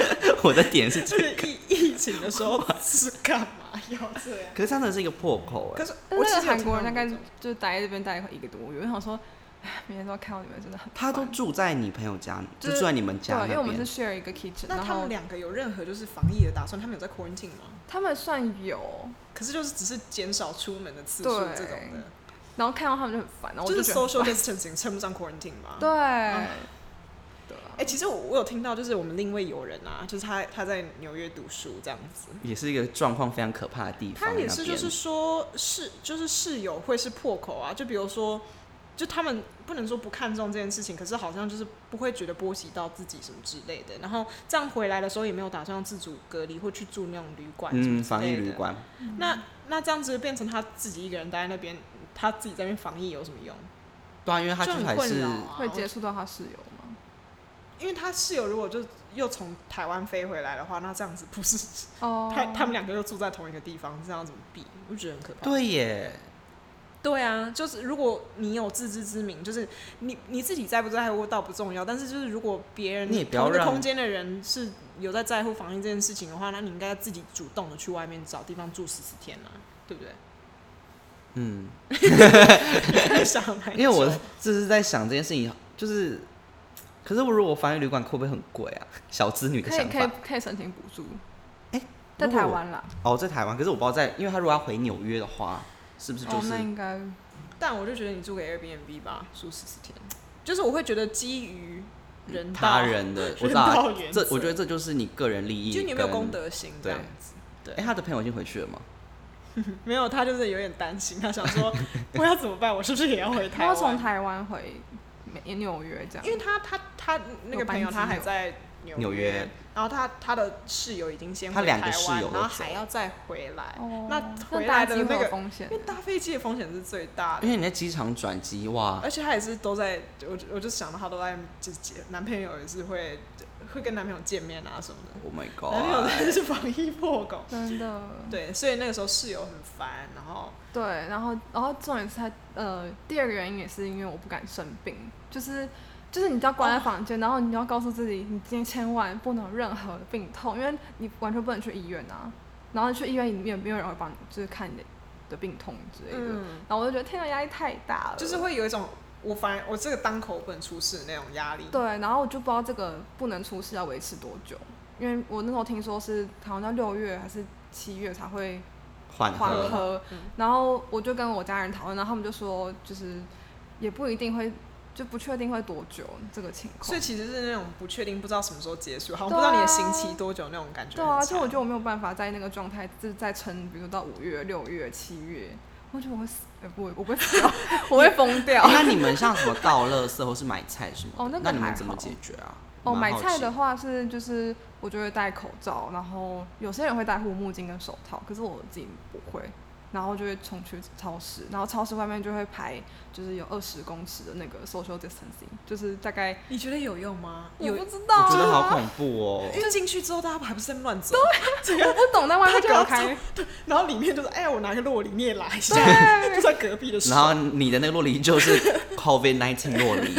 A: 我的点是这
B: 这个疫疫情的 时候是干嘛要这样？
A: 可是它真的是一个破口哎、
B: 可是
C: 但
B: 我
C: 那
B: 其
C: 个
B: 实有
C: 韩
B: 听
C: 国
B: 到
C: 人大概
B: 那种
C: 就待在这边待了快一个多月，我就想说，唉每天都要看到你们真的很烦。
A: 他都住在你朋友家，就
C: 就是
A: 住在你们家
C: 对，啊因为
A: 那
C: 我们
A: 边。
C: 是 share 一个 kitchen，
B: 那
C: 然
B: 他
C: 后
B: 们两个有任何就是防疫的打算？他们有在 quarantine 吗？
C: 他们算有，
B: 可是就是只是减少出门的次数
C: 对
B: 这种的，
C: 然后看到他们就很烦，然后我
B: 就是
C: 觉得
B: social distancing 称不上 quarantine 吗？
C: 对，啊
B: 嗯
C: 对啊
B: 哎、其实我我有听到，就是我们另一位友人啊，就是他他在纽约读书这样子，
A: 也是一个状况非常可怕的地方。
B: 他也是
A: 那
B: 就
A: 边
B: 是说室就是室友会是破口啊，就比如说，就他们不能说不看重这件事情，可是好像就是不会觉得波及到自己什么之类的，然后这样回来的时候也没有打算自主隔离或去住那种旅馆什么
A: 嗯，
B: 之
A: 防疫
B: 类的
A: 旅馆，
B: 那那这样子变成他自己一个人待在那边，他自己在那边防疫有什么用？
A: 对啊，因为他
B: 就
A: 就是
B: 很
A: 还
B: 困
A: 是
B: 扰啊。
C: 会接触到他室友吗？
B: 因为他室友如果就又从台湾飞回来的话，那这样子不是
C: 哦，
B: 他他们两个又住在同一个地方，这样怎么避？我觉得很可怕。
A: 对耶，
B: 对啊，就是如果你有自知之明，就是你你自己在不在乎倒不重要，但是就是如果别人
A: 你也不要
B: 同一个
A: 让
B: 空间的人是有在在乎防疫这件事情的话，那你应该自己主动的去外面找地方住十四天啊，对不对？
A: 嗯，
B: 想得蛮
A: 因为我
B: 久
A: 就是在想这件事情，就是，可是我如果防疫旅馆会不会很贵啊？小资女的
C: 可以
A: 想
C: 可以
A: 法，
C: 可以申请补助，在
A: 如果
C: 台
A: 我
C: 湾啦，
A: 哦，在台湾，可是我不知道在，因为他如果要回纽约的话，是不是就
C: 哦，
A: 是、
C: 那应该
B: 但我就觉得你租给 Airbnb 吧，住十四天，就是我会觉得基于人道
A: 他人的？我知
B: 人
A: 道啊
B: 道，原
A: 这
B: 则
A: 我觉得这就是你个人利益，
B: 就你有没有公？德心这
A: 对
B: 样子？
A: 哎、他的朋友已经回去了吗？
B: 没有，他就是有点担心，他想 说我要怎么办？我是不是也要回
C: 他
B: 台
C: 要
B: 湾？
C: 从台湾回美纽约这样
B: 因。为他他他那个朋友他还在纽
A: 纽约
B: 然后他他的室友已经先回
A: 他两个
B: 台
A: 室
B: 湾
A: 友都
B: 然后
A: 走
B: 还要再回来，
C: 哦，
B: 那回
C: 搭
B: 来的
C: 机会
B: 那
C: 有
B: 个
C: 风险
B: 因为搭飞机的风险是最大
A: 因
B: 的。
A: 为你在机场转机，哇，
B: 而且他也是都在，我就我就想到他都在，就是结男朋友也是会会跟男朋友见面啊什么的，
A: Oh my
B: 男朋友
A: god！
B: 真的是防疫破口。
C: 真的
B: 对，所以那个时候室友很烦，然后
C: 对，然后然后重点是他呃，第二个原因也是因为我不敢生病，就是就是你只要关
B: 哦
C: 在房间，然后你要告诉自己，你今天千万不能有任何的病痛，因为你完全不能去医院啊，然后去医院里面没有人会帮你就是看你的的病痛之类的，
B: 嗯，
C: 然后我就觉得天啊呐，压力太大了，
B: 就是会有一种我反而我这个当口本出事的那种压力。
C: 对，然后我就不知道这个不能出事要维持多久，因为我那时候听说是好像到六月还是七月才会
A: 缓
C: 缓
A: 和，
C: 和
B: 嗯，
C: 然后我就跟我家人讨论，然后他们就说就是也不一定会，就不确定会多久这个情
B: 所
C: 况
B: 以。其实是那种不确定，不知道什么时候结束，好像
C: 对
B: 不知道你的
C: 啊
B: 刑期多久那种感觉
C: 对
B: 很
C: 啊，
B: 差。
C: 就我觉得我没有办法在那个状态，就是再撑，比如说到五月、六月、七月，我觉得我会死，呃、不会，我不会死掉， 我会疯掉
A: 哎。那你们像什么倒垃圾或是买菜什么的
C: 哦那个
A: 你
C: 还
A: 们
C: 好
A: 怎么解决啊？
C: 哦，买
A: 蛮好
C: 菜
A: 奇
C: 的话是就是我就会戴口罩，然后有些人会戴护目镜跟手套，可是我自己不会，然后就会冲去超市，然后超市外面就会排就是有二十公尺的那个 social distancing，就是大概
B: 你觉得有用吗？
C: 我
B: 有
C: 不，知道、啊，
A: 我觉得好 恐怖哦。
B: 因为进去之后大家还不是在乱走，这
C: 我
B: 个，
C: 不懂在外面
B: 他
C: 干
B: 搞
C: 嘛 开，
B: 然后里面就是哎呀，我拿个洛梨你也来一下，
C: 对
B: 就在隔壁的时
A: 然后你的那个洛梨就是 COVID nineteen 洛梨，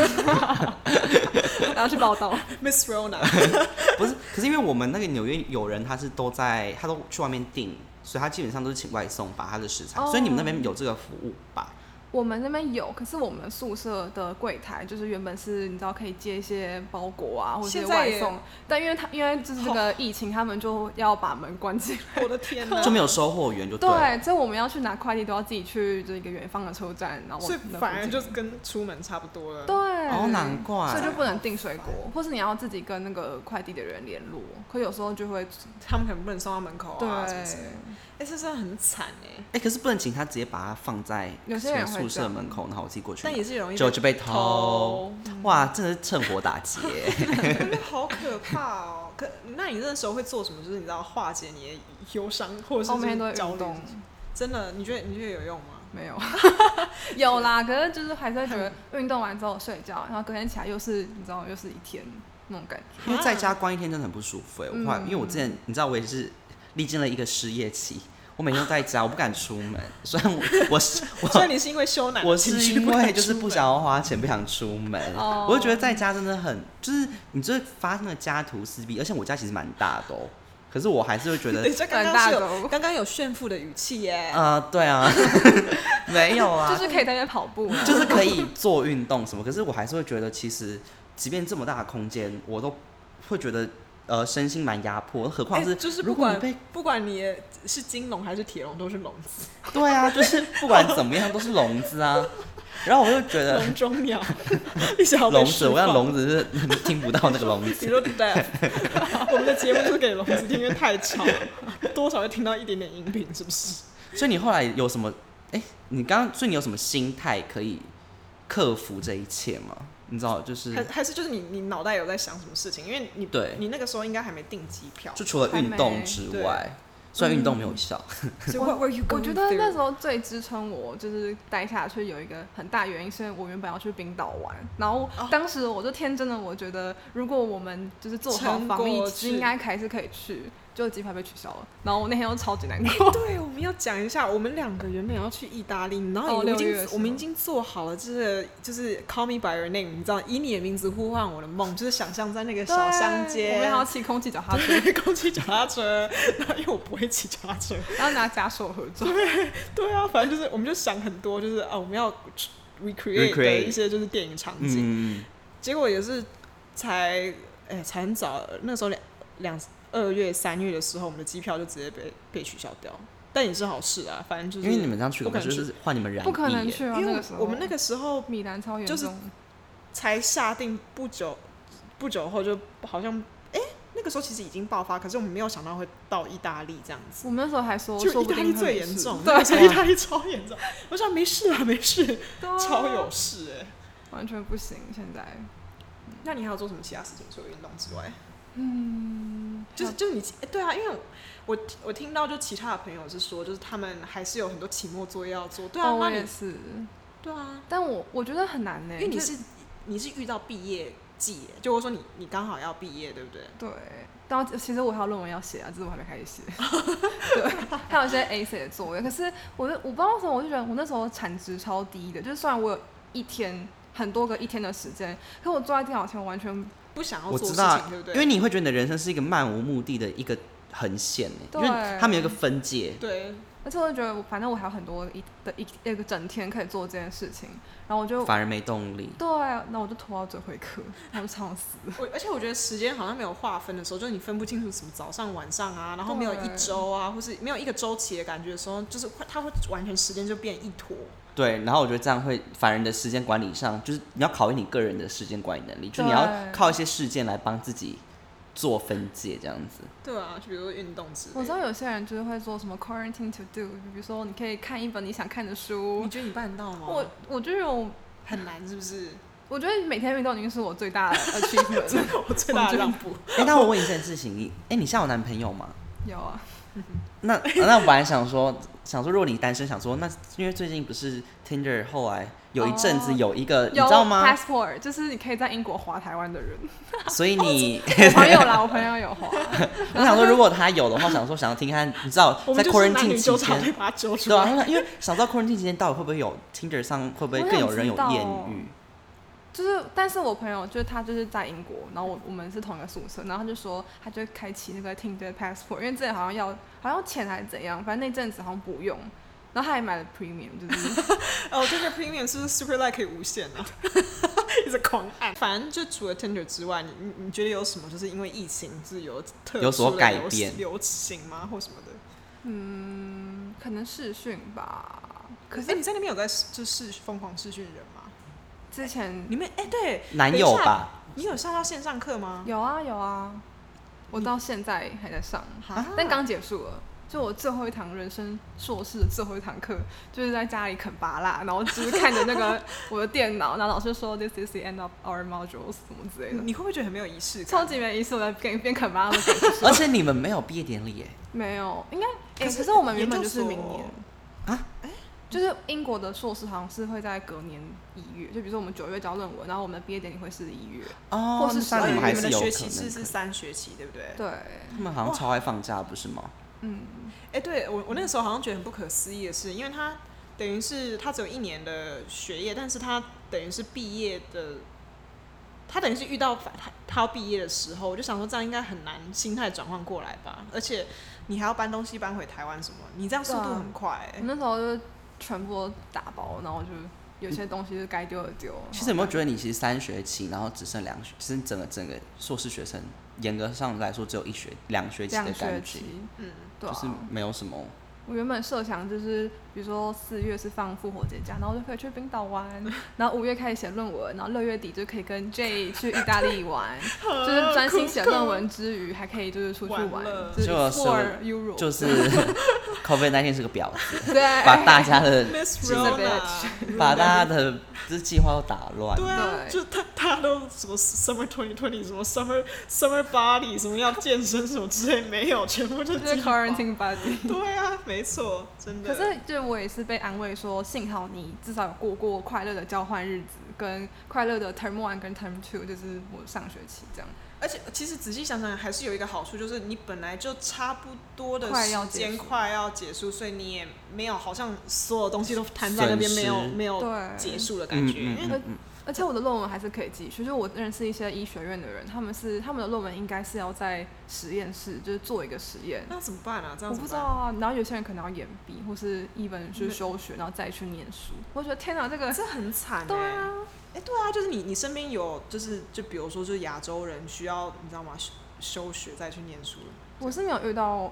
C: 然后去报道。
B: Miss Rona，
A: 不是？可是因为我们那个纽约友人他是都在，他都去外面订，所以他基本上都是请外送把他的食材。
C: 哦
A: 所以你们那边有这个服务吧？
C: 我们那边有，可是我们宿舍的柜台就是原本是你知道可以接一些包裹啊，或者
B: 现
C: 是
B: 在
C: 外
B: 也
C: 送，但因为他因为就是这个疫情，他们就要把门关 起来。
B: 我的天哪！
A: 就 没有收货员就了
C: 啊对，所以我们要去拿快递都要自己去这个远方的车站，然后
B: 所以
C: 往那附
B: 反而
C: 近
B: 就是跟出门差不多了。
C: 对，
A: 哦，难怪。
C: 所以就不能订水果，或是你要自己跟那个快递的人联络。可有时候就会
B: 他们可能不能送到门口啊，什么之类的。
C: 对，
B: 哎，这真的很惨哎，
A: 哎、可是不能请他直接把它放在
C: 有些
A: 什么
C: 人会
A: 宿
C: 这
A: 舍
C: 样
A: 门口，然后我自己过去拿，
B: 但也是容易
A: 就就被偷。
B: 偷，
A: 哇，真的是趁火打 劫！
B: 我觉得好可怕哦。可那你那时候会做什么？就是你知道化解你的忧伤，或者是
C: 后面都
B: 就
C: 会
B: 是焦
C: 运
B: 虑
C: 动。，
B: 真的，你觉得你觉得有用吗？
C: 没有， 有啦，可是就是还是会觉得运动完之后睡觉，然后隔天起来又是你知道又是一天那种感觉。
A: 因为在家关一天真的很不舒服、哎，我怕，
C: 嗯
A: 因为我之前你知道我也是历经了一个失业期，我每天都在家，我不敢出门。虽然我 我是
B: 所以
A: 我
B: 你是因为羞赧
A: 我
B: 的情
A: 是
B: 绪
A: 因
B: 敢
A: 为就是
B: 出
A: 不
B: 门
A: 想要花钱，不想出门，
C: 哦
A: 我就觉得在家真的很，就是你这发生了家徒四壁，而且我家其实蛮大的哦、可是我还是会觉 得
B: 对，，这刚
C: 很
B: 刚
C: 大
B: 是有
C: 狗，
B: 刚刚有炫富的语气耶，
A: 啊、对啊，没有啊，
C: 就是可以在那边跑 步啊，
A: 就是可以做运动什么，可是我还是会觉得，其实即便这么大的空间，我都会觉得呃身心蛮压迫，何况
B: 哎
A: 是、
B: 就是不
A: 如果你
B: 管
A: 被
B: 不管你是金龙还是铁龙，都是笼子，
A: 对啊，就是不管怎么样都是笼 子啊。然后我就觉得
B: 笼中鸟， 你想要被
A: 呃笼
B: 释
A: 子，
B: 放
A: 我要。笼子是听不到那个笼
B: 你
A: 子。
B: 说对， 我们的节目就是给聋子听，因为太吵了，多少会听到一点点音频，是不是？
A: 所以你后来有什么？哎、你刚刚所以你有什么心态可以克服这一切吗？你知道，就是
B: 还还是就是你你脑袋有在想什么事情？因为你
A: 对
B: 你那个时候应该还没订机票，
A: 就除了运动之外，虽然运动没有效，
B: 所以 what were you
C: 我
B: going
C: 觉得那
B: through？
C: 时候最支撑我就是待下去有一个很大原因，是因为我原本要去冰岛玩，然后
B: 哦
C: 当时我就天真的我觉得，如果我们就是做好
B: 撑
C: 防疫
B: 过，去
C: 其实应该还是可以去，就机票被取消了，然后我那天又超级难 过，
B: 对，我们要讲一下，我们两个原本要去意大利，然后
C: 哦
B: 我们已
C: 六
B: 经、
C: 月的时候
B: 我们已经做好了，就是就是 call me by your name，你知道，以你的名字呼唤我的梦，就是想象在那个小乡
C: 对我
B: 间，
C: 们还要骑空气脚踏车，
B: 对，空气脚踏车， 然后因为我不会骑脚踏车，
C: 然后拿假手合照，
B: 对啊，反正就是我们就想很多，就是啊，我们要 recreate 的
A: Recreate
B: 一些就是电影场景，
A: 嗯，
B: 结果也是才哎、才很早，那时候两两二月、三月的时候，我们的机票就直接被被取消掉。但也是好事啊，反正就是
A: 因为你们这样去，
B: 不
A: 我
B: 可
A: 们
B: 能
A: 就
B: 去
A: 是换你们染疫耶，
C: 不可能去啊！
B: 因
C: 那
B: 为
C: 个时候
B: 我们那个时候
C: 米兰超严重，
B: 就是才下定不久，不久后就好像哎、那个时候其实已经爆发，可是我们没有想到会到意大利这样子。
C: 我们那时候还说，
B: 就
C: 说
B: 意
C: 不
B: 大
C: 定
B: 利
C: 会
B: 最
C: 没
B: 严
C: 事
B: 重，那
C: 对啊，
B: 个 时候意大利超严重。我想没事啊，没事，
C: 对啊
B: 超有事哎、
C: 完全不行。现在，
B: 那你还有做什么其他事情？除了运动之外，
C: 嗯，
B: 就是就是你、哎对啊，因为我我我听到就其他的朋友是说，就是他们还是有很多期末作业要做。对啊，
C: 哦我
B: 那
C: 也
B: 你
C: 是，
B: 对啊，
C: 但我我觉得很难呢，
B: 因为你
C: 就是
B: 你是遇到毕业季耶，就我说你你刚好要毕业，对不对？
C: 对，但其实我还有论文要写啊，只是我还没开始写。 对，还有一些 A C 的作业，可是我就我不知道为什么，我就觉得我那时候产值超低的，就是虽然我有一天很多个一天的时间，可我坐在电脑前我完全
B: 不想要
A: 我
B: 做事
A: 知道
B: 情，对不对？
A: 因为你会觉得你的人生是一个漫无目的的一个横线耶
C: 对
A: 因为他们有一个分界，
B: 对，
C: 而且我就觉得，反正我还有很多一的一一个整天可以做这件事情，然后我就
A: 反而没动力。
C: 对，那我就拖到最后一刻，然后就唱死。
B: 我而且我觉得时间好像没有划分的时候，就是你分不清楚什么早上、晚上啊，然后没有一
C: 对
B: 周啊，或是没有一个周期的感觉的时候，就是会它会完全时间就变一坨。
A: 对，然后我觉得这样会反而你的时间管理上，就是你要考验你个人的时间管理能力，就是你要
C: 对
A: 靠一些事件来帮自己做分界，这样子。
B: 对啊，就比如说运动之类的。
C: 我知道有些人就是会做什么 quarantine to do，比如说你可以看一本你想看的书
B: 你。觉得你办得到吗？
C: 我我就有，
B: 很难是不 是？
C: 我觉得每天运动已经是我最大的 achievement 了。
B: 我最大的让步。
A: 哎、那我问一件事情，你哎、你现在有男朋友吗？
C: 有啊，
A: 那那我本来想说，想说如果你单身，想说那因为最近不是 Tinder 后来有一阵子
C: 哦
A: 有一个，你
C: 有
A: 知道吗？
C: passport，就是你可以在英国划台湾 的人。
A: 所以你
C: 我朋友啦，我朋友有划。
A: 我想说，如果他有的话，想说想要听看，你知道
B: 我
A: 在
B: 们就是男
A: quarantine
B: 女
A: 期
B: 纠察队
A: 间，
B: 把它揪出
A: 对
B: 来。
A: 啊，因为想知道 quarantine 期间到底会不会有 Tinder 上会不会
C: 我
A: 更有
C: 想
A: 人
C: 知
A: 有
C: 道
A: 艳
C: 哦
A: 遇？
C: 就是，但是我朋友就是他就是在英国，然后我我们是同一个宿舍，然后他就说他就开启那个 Tinder passport，因为之前好像要好像钱还是怎样，反正那阵子好像不用，然后他还买了 premium，就是
B: 哦，Tinder Premium 是不是 Super Like 可以无限 啊？一直狂按。反正就除了 Tinder 之外，你你你觉得有什么就是因为疫情是有特
A: 有所
B: 殊的
A: 改
B: 流
A: 变
B: 流行吗，或什么的？
C: 嗯，可能视讯吧。可
B: 哎
C: 是
B: 你在那边有在就是疯狂试训人吗？
C: 之前
B: 你们哎、对
A: 男友吧？
B: 你有上到线上课吗？
C: 有啊有啊，我到现在还在上，
B: 啊
C: 但刚结束了。就我最后一堂人生硕士的最后一堂课，就是在家里啃拔辣，然后就是看着 那个我的电脑，然后老师说 this is the end of our modules 什么之类的。
B: 你会不会觉得很没有仪式感？
C: 超级没意思，我在边边啃妈的感觉。
A: 而且你们没有毕业典礼耶，
C: 没有，应该
B: 可
C: 可
B: 是
C: 是我们原本
B: 研究
C: 就是
B: 所
C: 明年
A: 啊，
C: 就是英国的硕士好像是会在隔年一月，就比如说我们九月交论文，然后我们的毕业典礼会是一月。
A: 哦
C: 或，是
A: 那
C: 当
A: 算
B: 而且
A: 你
C: 然
A: 们还
B: 你们的
A: 是有可
B: 学
A: 能
B: 期制是
A: 可。
B: 三学期，对不对？
C: 对，
A: 他们好像超爱放假，不是吗？
C: 嗯，
B: 哎、对我我那个时候好像觉得很不可思议的是，因为他等于是他只有一年的学业，但是他等于是毕业的，他等于是遇到反他他要毕业的时候，我就想说这样应该很难心态转换过来吧，而且你还要搬东西搬回台湾什么，你这样速
C: 对
B: 度
C: 啊
B: 很快、
C: 我
A: 哎
B: 欸。
C: 那时候就是全部都打包，然后就有些东西就该丢的丢。
A: 其实有没有觉得你其实三学期，然后只剩两学，其实整个整个硕士学生，严格上来说只有一学两学期
C: 两
A: 的
C: 学
A: 感觉，
C: 期？
B: 嗯，
C: 对
A: 就是
C: 啊，
A: 没有什么。
C: 我原本设想就是，比如说四月是放复活节假，然后就可以去冰岛玩，然后五月开始写论文，然后六月底就可以跟 J 去意大利玩，就是专心写论文之余，还可以就是出去
B: 玩
C: 玩
B: 乐，
C: 就是
A: 就
C: explore Europe，
A: 就是 COVID 那天是个婊子，
C: 对，
A: 把大 家的
B: 嗯 Miss
C: 是的
B: Rona，
A: 把大家的这计划都打乱。
B: 对啊，
C: 对
B: 就他他都什么 summer twenty twenty，什么 summer summer body，什么要健身什么之类，没有，全部都
C: 就是 quarantine body。
B: 对啊，没错，真
C: 可
B: 的。
C: 是，就我也是被安慰说，幸好你至少有过过快乐的交换日子，跟快乐的 term one 跟 term two，就是我上学期这样。
B: 而且其实仔细想想，还是有一个好处，就是你本来就差不多的
C: 快
B: 时
C: 要结
B: 间
C: 束
B: 快要结束，所以你也没有好像所有东西都摊在那边，
A: 损失
B: 没有没有
C: 对，
B: 结束的感
A: 嗯
B: 觉。
A: 嗯
B: 因为
A: 嗯嗯，
C: 而且我的论文还是可以继续，就是我认识一些医学院的人，他们是他们的论文应该是要在实验室，就是做一个实验。
B: 那怎么办啊？这样
C: 我
B: 怎
C: 不
B: 么
C: 知道
B: 办？
C: 啊，然后有些人可能要延毕，或是 even 就是
B: 嗯
C: 休学，然后再去念书。我觉得天哪，这个
B: 这很惨、欸。
C: 对啊，
B: 哎、对啊，就是你，你身边有，就是就比如说，就是亚洲人需要，你知道吗？学休学再去念书了。
C: 我是没有遇到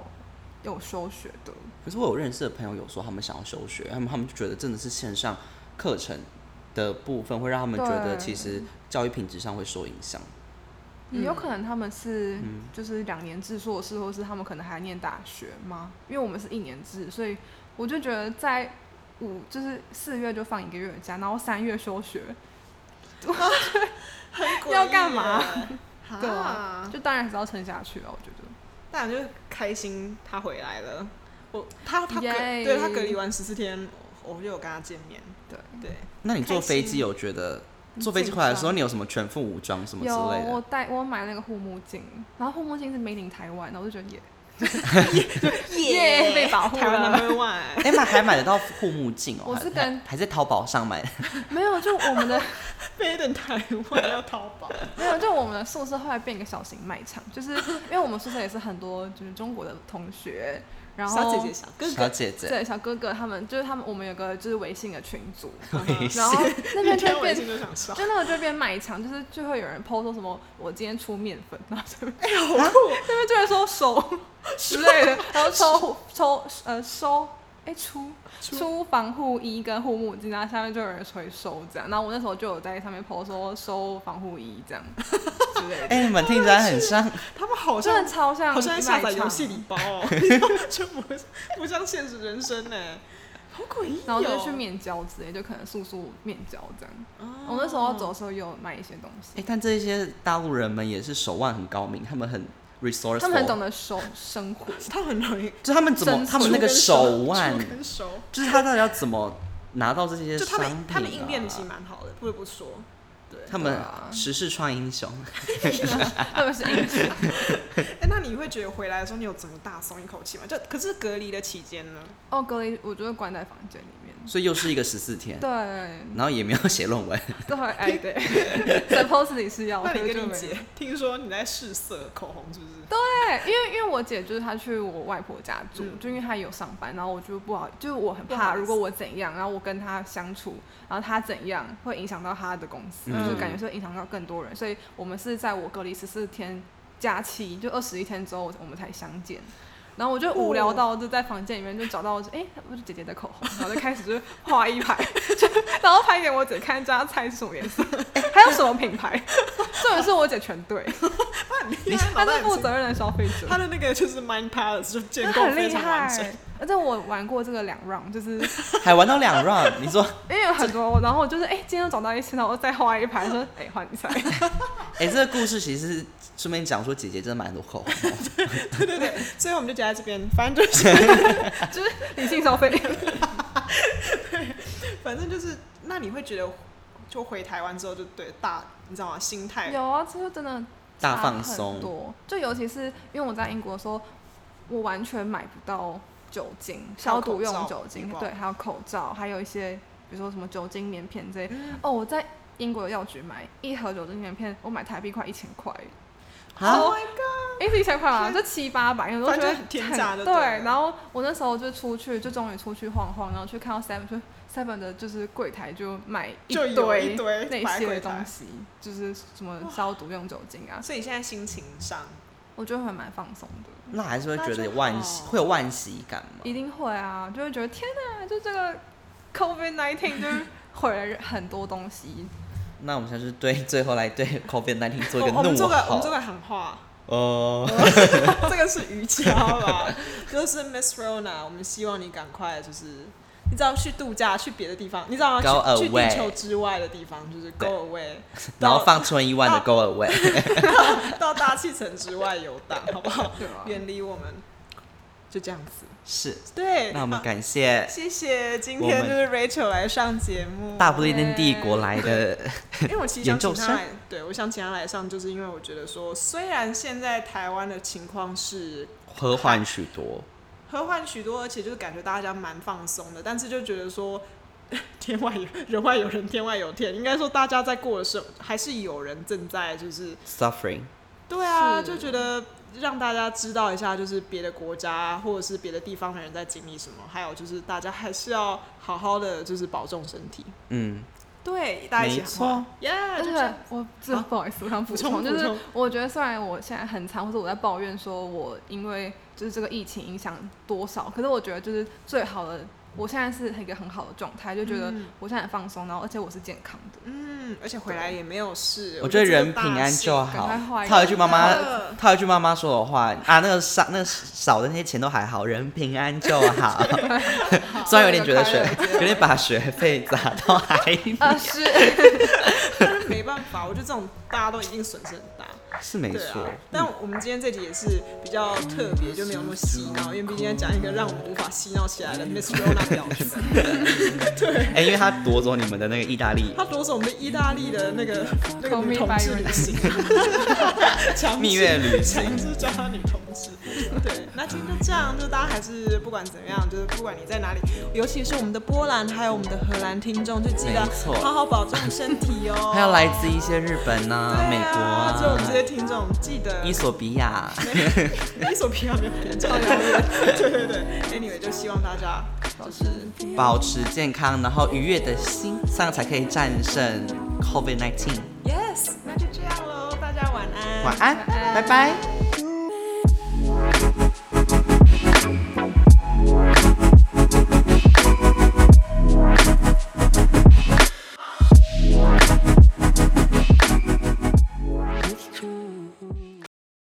C: 有休学的，
A: 可是我有认识的朋友有说他们想要休学，他们他们就觉得真的是线上课程的部分会让他们觉得
C: 对
A: 其实教育品质上会受影响。
C: 也有
B: 嗯
C: 可能他们是
A: 嗯
C: 就是两年制硕士，或是他们可能还念大学吗？因为我们是一年制，所以我就觉得在五就是四月就放一个月的假，然后三月休学，要干嘛？对啊
B: 啊，
C: 就当然是要撑下去了。我觉得
B: 当然就是开心他回来了。我他他隔
C: 耶
B: 对他隔离完十四天，我就有跟他见面。
C: 对
B: 对，
A: 那你坐
B: 开心
A: 飞机有觉得坐飞机回来的时候，你有什么全副武装什么之
C: 有
A: 类
C: 我
A: 的？
C: 戴我买那个护目镜，然后护目镜是 made in 台湾，然后我就觉得耶， 耶被保护
B: 台湾
C: 了
B: number one，
A: 哎、买还买得到护目镜哦、
C: 我
A: 还
C: 是跟
A: 还还在淘宝上买的，
C: 没有就我们的
B: 非等台湾要淘宝。
C: 没有，就我们的宿舍后来变一个小型卖场，就是因为我们宿舍也是很多就是中国的同学，然后
B: 小姐姐小哥
A: 小
B: 哥，
A: 姐姐。
C: 对小哥哥他们就是他们我们有个就是微信的群组，
A: 微信
C: 然后那边
B: 一天
C: 就
B: 微信
C: 变
B: 就想笑，
C: 真的就变卖场，就是就会有人 PO 说什么我今天出面粉，然后这边
B: 哎呀，好酷！
C: 这边就会说 手之类的，然后抽抽呃收哎、出
B: 出
C: 出防护衣跟护目镜，然后下面就有人回收这样，然后我那时候就有在上面 PO 说收防护衣 这样之类的，
A: 哎、你们听起来很 像，
B: 他们好
C: 真
B: 像
C: 的超像
B: 好像在下载
C: 卖场
B: 游戏礼包哦， 就不不像现实人生呢，好诡异哦。
C: 然后就去面交之类，就可能速速面交这样。
B: 哦，
C: 我那时候走的时候也有买一些东西
A: 哎、，但这些大陆人们也是手腕很高明，他们很
B: 哎
A: resourceful，
C: 他们很懂得生生 活，
B: 他很容易
A: 就是他们怎
C: 伸
A: 么，
C: 手
A: 他们那个手腕
B: 出，跟手，
A: 就是他到底要怎么拿到这些
B: 就
A: 商
B: 他
A: 品、啊
B: 们他们应变力其实蛮好的，不得不说。对，
A: 他们
C: 对啊
A: 时势创英雄，
C: 他们是 硬气。
B: 哎，那你会觉得回来的时候，你有怎么大松一口气吗？就可是隔离的期间呢？
C: 哦，隔离我就会关在房间里面。
A: 所以又是一个十四天，
C: 对，
A: 然后也没有写论文，
C: 对，哎 对，suppose 你是要，
B: 那
C: 可
B: 你
C: 是
B: 跟
C: 就
B: 你
C: 没有
B: 姐 听说你在试色口红，是不是？
C: 对，因为因为我姐就是她去我外婆家住，
B: 嗯
C: 就因为她有上班，然后我就不好，就是我很
B: 不好意
C: 怕
B: 思
C: 如果我怎样，然后我跟她相处，然后她怎样会影响到她的公司，
A: 嗯
C: 就感觉是会影响到更多人，所以我们是在我隔离十四天假期，就二十一天之后我们才相见。然后我就无
B: 哦
C: 聊到就在房间里面就找到，哎、我是姐姐的口红，然后就开始就画一排， 就然后拍给我姐看，叫她猜是什么颜色， 还有什么品牌。 这点是我姐全对，
B: 哇，你
C: 她是负
B: 负责
C: 责任的消费者。
B: 他的那个就是 mind palace 就建
C: 真
B: 构
C: 的很
B: 非
C: 厉
B: 常完整
C: 害。， 而且我玩过这个两 round，就是 因
A: 还玩到两 round，你说，
C: 为有很多，然后我就是哎、今天又找到一次，然后再画一排，说哎换、你猜，
A: 哎、这个故事其实是顺便讲说姐姐真的买很多口红哦，
B: 对对对，所以我们就夹在这边，反正就是
C: 就是理性消费。
B: 反正就是，那你会觉得就回台湾之后就对大，你知道吗？心态
C: 有啊，这就真的
A: 大
C: 差
A: 放
C: 很
A: 松，
C: 多，就尤其是因为我在英国的时候，我完全买不到酒精、
B: 还有
C: 消
B: 口
C: 毒用
B: 罩
C: 酒精
B: 没，
C: 对，
B: 办
C: 还有口罩，还有一些比如说什么酒精棉片这些。
B: 嗯
C: 哦，我在英国的药局买一盒酒精棉片，我买台币快一千块。
A: 啊，
B: ，Oh my god！
C: 一哎次一千块嘛，就七八百，我都
B: 反
C: 觉
B: 正
C: 得
B: 很天
C: 很
B: 价就
C: 对
B: 对了
C: 然后我那时候就出去，就终于出去晃晃，然后去看到 Seven，就 Seven 的就是柜台就买一
B: 就有一
C: 堆
B: 堆
C: 那
B: 摆
C: 些
B: 柜
C: 东
B: 台
C: 西，就是什么消毒用酒精啊，
B: 所以你现在心情上，
C: 我觉得还蛮放松的。
A: 那还是会觉
B: 那
A: 得
B: 就
A: 惋惜，
B: 好
A: 会有惋惜感吗？
C: 一定会啊，就会觉得天哪，就这个 COVID nineteen 就是毁了很多东西。
A: 那我们现在是对最后来对 COVID 1 9做
B: 哦我
A: 一个
B: 我们
A: 怒
B: 做个我们做
A: 吼，
B: 个喊话，
A: 呃，
B: 这个是瑜伽 吧，就是 Miss Rona，我们希望你赶快就是。你知道去度假去别的地方，你知道吗？
A: Go
B: 去去地
A: away
B: 球之外的地方，就是 go
A: 对
B: away，
A: 然后放春一万的
B: 到
A: Go Away，
B: 到大气层之外游荡，好不好？
C: 对啊
B: 远离我们，就这样子。
A: 是，
B: 对，
A: 那我们
B: 好
A: 感谢
B: 谢谢今
A: 我
B: 天
A: 们
B: 就是 Rachel 来上节目，
A: 大不列颠帝国来的
B: 因为我其实想请
A: 研究
B: 他
A: 生
B: 来，对我想请他来上，就是因为我觉得说，虽然现在台湾的情况是
A: 和缓许多，
B: 和缓许多，而且就是感觉大家蛮放松的，但是就觉得说。 天外有人外有人，天外有天。应该说，大家在过的时候，还是有人正在就是，
A: suffering，
B: 对啊，
C: 是
B: 就觉得让大家知道一下，就是别的国家或者是别的地方的人在经历什么，还有就是大家还是要好好的，就是保重身体。
A: 嗯，
B: 对，大家一起
A: 没错
B: 喊话，耶！
C: 而
B: 就
C: 且
B: 这样
C: 我这
B: 啊
C: 不好意思，我想补
B: 补充
C: 充，就
B: 补
C: 是
B: 充
C: 我觉得虽然我现在很常或者我在抱怨说我因为就是这个疫情影响多少，可是我觉得就是最好的，我现在是一个很好的状态，就觉得
B: 嗯
C: 我现在很放松，然后而且我是健康的，
B: 嗯，而且回来也没有事，
A: 我觉得
B: 这个
A: 人
B: 大呃
A: 平安
B: 幸
A: 就
C: 赶
A: 好
C: 快画。一个
A: 套一句妈妈
B: 真的，
A: 套一句妈妈说的话啊，那个少那个少的那些钱都还好，人平安就好。 虽然有点觉 得
B: 啊
A: 学
C: 快乐的结，
A: 有
C: 尾
A: 点把学费砸到海里，
C: 啊是，
B: 但是没办法，我觉得这种大家都一定损失很大。
A: 是没
B: 对
A: 错嗯
B: 啊。，但我们今天这集也是比较特别，就没有那么嬉闹，因为毕竟要讲一个让我们无法嬉闹起来的 Miss Rona 表示，
A: 哎，因为他夺走你们的那个意大利
B: 他夺走我们意大利的那个那个
C: Call
B: 女
C: me
B: 同
C: by
B: 志
C: your
B: 旅行，强制
A: 蜜月旅行
B: 强制叫她女同志。对，那今天就这样，就大家还是不管怎么样，就是不管你在哪里，尤其是我们的波兰还有我们的荷兰听众，就记得
A: 没错
B: 好好保重身体哦。
A: 还有来自一些日本呐、
B: 对啊
A: 美国
B: 就我们这些
A: 啊、
B: 听众，记得
A: 伊索比亚，
B: 一手皮啊，没有偏重对对对，anyway，就希望大家就是
A: 保持健康，然后愉悦的心，这样才可以战胜 COVID-19。
B: yes，那就这样喽，大家晚安，
A: 晚安，拜拜